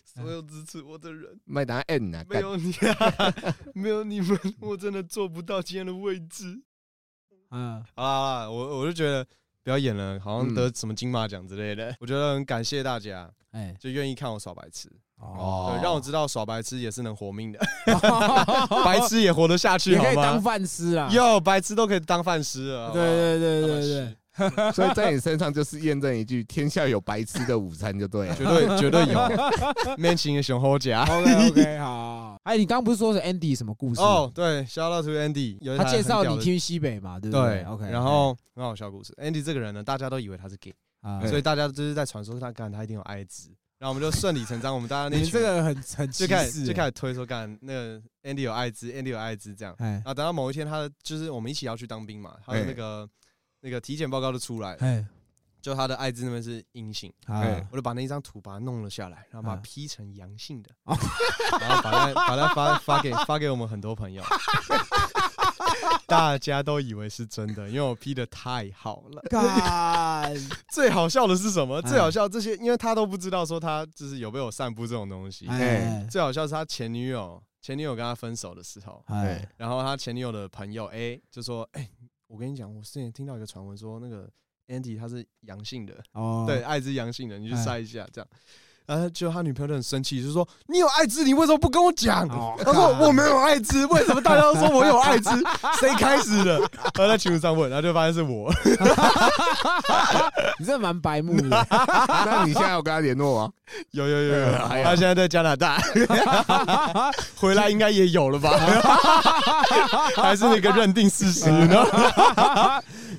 B: 所有支持我的人，
C: 麦当 N 啊，
B: 没
C: 干
B: 有你、啊， 没有你们，我真的做不到今天的位置。
A: 嗯，
B: 好啦好啦，我我就觉得不要演了，好像得什么金马奖之 类的。我觉得很感谢大家，
A: 哎，
B: 就愿意看我耍白痴，
A: 哦，
B: 对，让我知道耍白痴也是能活 命的，白痴也活得下去，
A: 也可
B: 好
A: 以当
B: 哦吗？
A: 饭吃啦。
B: 哟，白痴都可以当饭吃了，好
A: 对
B: 不好
A: 对对
B: 当饭
A: 对对
B: 吃，
C: 所以在你身上就是验证一句“天下有白吃的午餐”就对了。
B: 绝对绝对有， 面情的熊猴夹。
A: ，OK OK，好。哎，你刚不是说是 Andy 什么故事？
B: 哦，，对，shout out to Andy，有一
A: 他
B: 台
A: 介
B: 很
A: 绍
B: 屌
A: 你
B: 的
A: 听西北嘛，对不
B: 对
A: ？OK，
B: 然后很好笑故事。Andy 这个人呢，大家都以为他是 gay，
A: 啊，
B: 所以大家就是在传说他干他一定有艾滋，然后我们就顺理成章，我们大家
A: 你
B: 那
A: 们
B: 群
A: 这个很很
B: 就
A: 歧
B: 开
A: 视，
B: 始就开始推说干那个 Andy 有艾滋，Andy 有艾滋这样。
A: 哎
B: 然后等到某一天，他就是我们一起要去当兵嘛，他的那个那个体检报告就出来了，
A: 哎，
B: 就他的艾滋那边是阴性，
A: 好。
B: 我就把那一张图把它弄了下来，然后把它
A: 嗯
B: P 成阳性的，
A: 哦
B: 然后把它把它发发给发给我们很多朋友， 大家都以为是真的，因为我 P 的太好了。
A: 干，哎
B: 最好笑的是什么？
A: 嗯
B: 最好笑这些，因为他都不知道说他就是有被我散布这种东西。
A: 哎
B: 最好笑是他前女友，前女友跟他分手的时候，
A: 哎，
B: 然后他前女友的朋友 A 就说：“哎、我跟你讲，我之前听到一个传闻说那个 Andy 他是阳性的。”
A: 哦，
B: 对，，艾滋阳性的，你去
A: 哎
B: 筛一下，这样。然后就他女朋友就很生气，就说：“你有艾滋，你为什么不跟我讲？”
A: 哦
B: 他说：“我没有艾滋，为什么大家都说我有艾滋？谁开始的？” 然后在群组上问，然后就发现是我。
A: 你这蛮白目的，
C: 那你现在有跟他联络吗？
B: 有有有有，
C: 哎呀
B: 啊他现在在加拿大， 回来应该也有了吧？ 还是那个认定事实呢？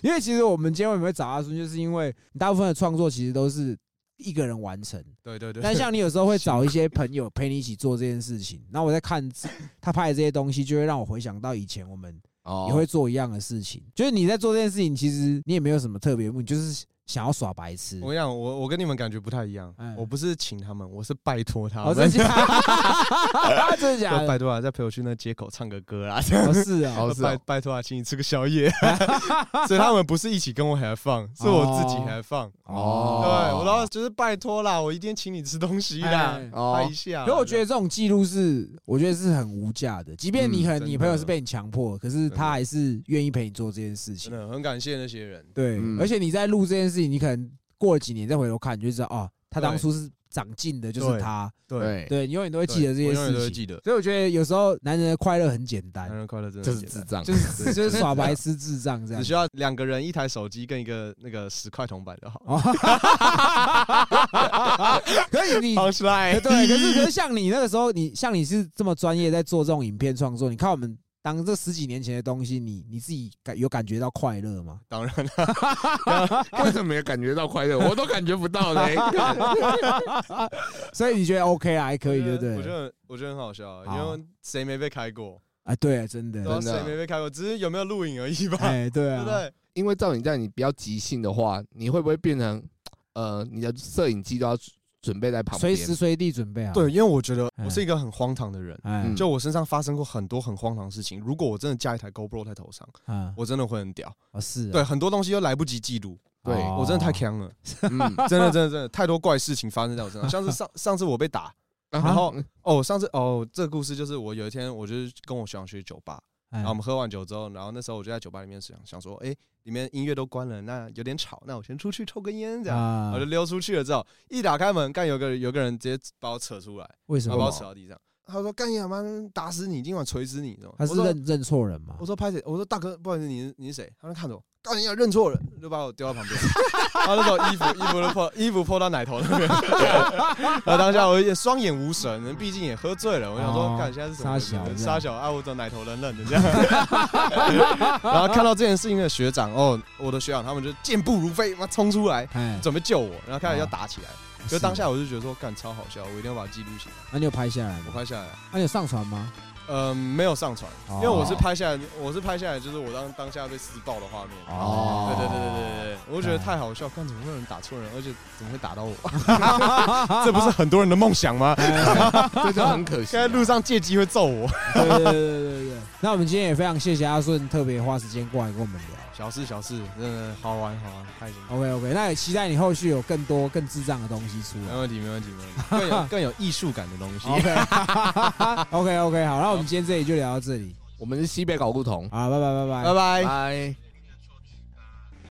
A: 因为其实我们今天为什么会找阿孙，就是因为你大部分的创作其实都是一个人完成，
B: 对对对，
A: 但像你有时候会找一些朋友陪你一起做这件事情，然后我在看这他拍的这些东西，就会让我回想到以前我们
C: 哦
A: 也会做一样的事情，就是你在做这件事情，其实你也没有什么特别的目的，就是想要耍白痴
B: 我。跟你讲，我我跟你们感觉不太一样
A: 哎，
B: 我不是请他们，我是拜托他
A: 我
B: 们，
A: 哦真假的，真的假
B: 就
A: 的？
B: 拜托啊，再陪我去那街口唱个歌啊，
A: 哦，是啊，
C: 哦是
B: 拜
C: 哦，
B: 拜托啊，请你吃个宵夜。 所以他们不是一起跟我 have fun，是我自己 have fun。
C: 哦
B: 对，
C: 哦
B: 我然后就是拜托啦，我一定请你吃东西啦
A: 哎，
C: 哦
B: 拍一下啦。
A: 可我觉得这种记录是，我觉得是很无价的。即便你可
B: 嗯真
A: 能
B: 的
A: 你朋友是被你强迫，可是他还是愿意陪你做这件事
B: 真
A: 情。
B: 的很感谢那些人。
A: 对，
C: 嗯
A: 而且你在录这件事情，你可能过了几年再回头看，你就知道哦，他
B: 对
A: 当初是长进的，就是
B: 对
A: 他。
B: 对，
C: 对，
A: 对，你永远都会
B: 会
A: 记得这些
B: 都会
A: 事情。
B: 记得。嗯
A: 所以我觉得有时候男人的快乐很简单
B: 男，人快乐真的
C: 这
B: 很
C: 是
B: 简
C: 智
B: 单，
C: 障，
A: 就是 就是耍白痴、智障这样
B: 只。需要两个人一台手机跟一个那个十块铜板就好。
A: 哦，可以你
B: 好帅，
A: 对，可是可是像你那个时候，你像你是这么专业在做这种影片创作，你看我们当这十几年前的东西，你你自己感有感觉到快乐吗？
B: 当然了，
C: 为什么也感觉到快乐？我都感觉不到嘞。
A: 所以你觉得 OK 啊，还可以，对不
B: 我
A: 对？
B: 觉得我觉得很好笑啊，
A: 好
B: 因为谁没被开过？
A: 啊，对，真的
B: 对，啊，
C: 真的
B: 谁没被开过？只是有没有录影而已 吧，
A: 哎，对
B: 对不
A: 啊，
B: 对？
C: 因为照你这样，你比较即兴的话，你会不会变成呃，你的摄影机都要准备在旁边？
A: 随时随地准备好。
B: 对，，因为我觉得
A: 哎
B: 我是一个很荒唐的人，
A: 哎
C: 嗯，
B: 就我身上发生过很多很荒唐的事情。如果我真的架一台 GoPro 在头上，
A: 啊，
B: 我真的会很屌。
A: 哦是啊，
B: 对，很多东西都来不及记录，
C: 对
A: 哦
B: 我真的太强了，
C: 嗯，
B: 真的真的真的太多怪事情发生在我身上。像是上上次我被打，
C: 然
B: 然后哦，上次哦，这个故事就是我有一天，我就是跟我小想去酒吧，
A: 哎
B: 然后我们喝完酒之后，然后那时候我就在酒吧里面想想说，哎，里面音乐都关了，那有点吵，那我先出去抽根烟这样。
A: 啊
B: 我就溜出去了之后，一打开门，干有个有个人直接把我扯出来，
A: 为什
B: 然后把我
A: 么
B: 扯到地上。他说：“干你他妈打死你，今晚锤死你！”你知道吗？
A: 他
B: 我
A: 是
B: 说
A: 认认错人嘛？
B: 我说拍谁？我说大哥，不好意思，你是你是谁？他就看着我，干你要认错人，就把我丢到旁边。 然后那时候衣服衣服都破，衣服破到奶头那边。 然后当下我也双眼无神，毕竟也喝醉了。我想
A: 哦
B: 说，看现在是什么回事
A: 傻小这样
B: 傻小啊，我走奶头冷冷的这样。 然后看到这件事情的学长，哦，我的学长他们就健步如飞，妈冲出来
A: 哎，
B: 准备救我，然后开始要
A: 哦
B: 打起来。就是当下我就觉得说，干超好笑，我一定要把它记录起来。
A: 那你有拍下来
B: 我
A: 吗？啊
B: 拍下来了，
A: 那你有上传吗？
B: 嗯，没有上传，
A: 哦
B: 因为我是拍下来，我是拍下来，就是我当当下被施暴的画面。
A: 哦
B: 对对对对对对，我觉得太好笑，看怎么会有人打错人，而且怎么会打到我？ 这不是很多人的梦想吗？
C: 这就很可惜
B: 现
C: 啊。
B: 在路上借机会揍我。
A: 对对对对对对。那我们今天也非常谢谢阿顺特别花时间过来跟我们聊。
B: 小事小事，真的好玩好玩，开心。
A: OK OK，那也期待你后续有更多更智障的东西出
B: 没
A: 来。
B: 问题没问题没问题，更有更有艺术感的东西。
A: OK OK OK，好，那我们今天这里就聊到这里。
C: 我们是西北搞不同，
A: 好，拜拜拜拜
C: 哎
B: 拜。拜。
C: 拜。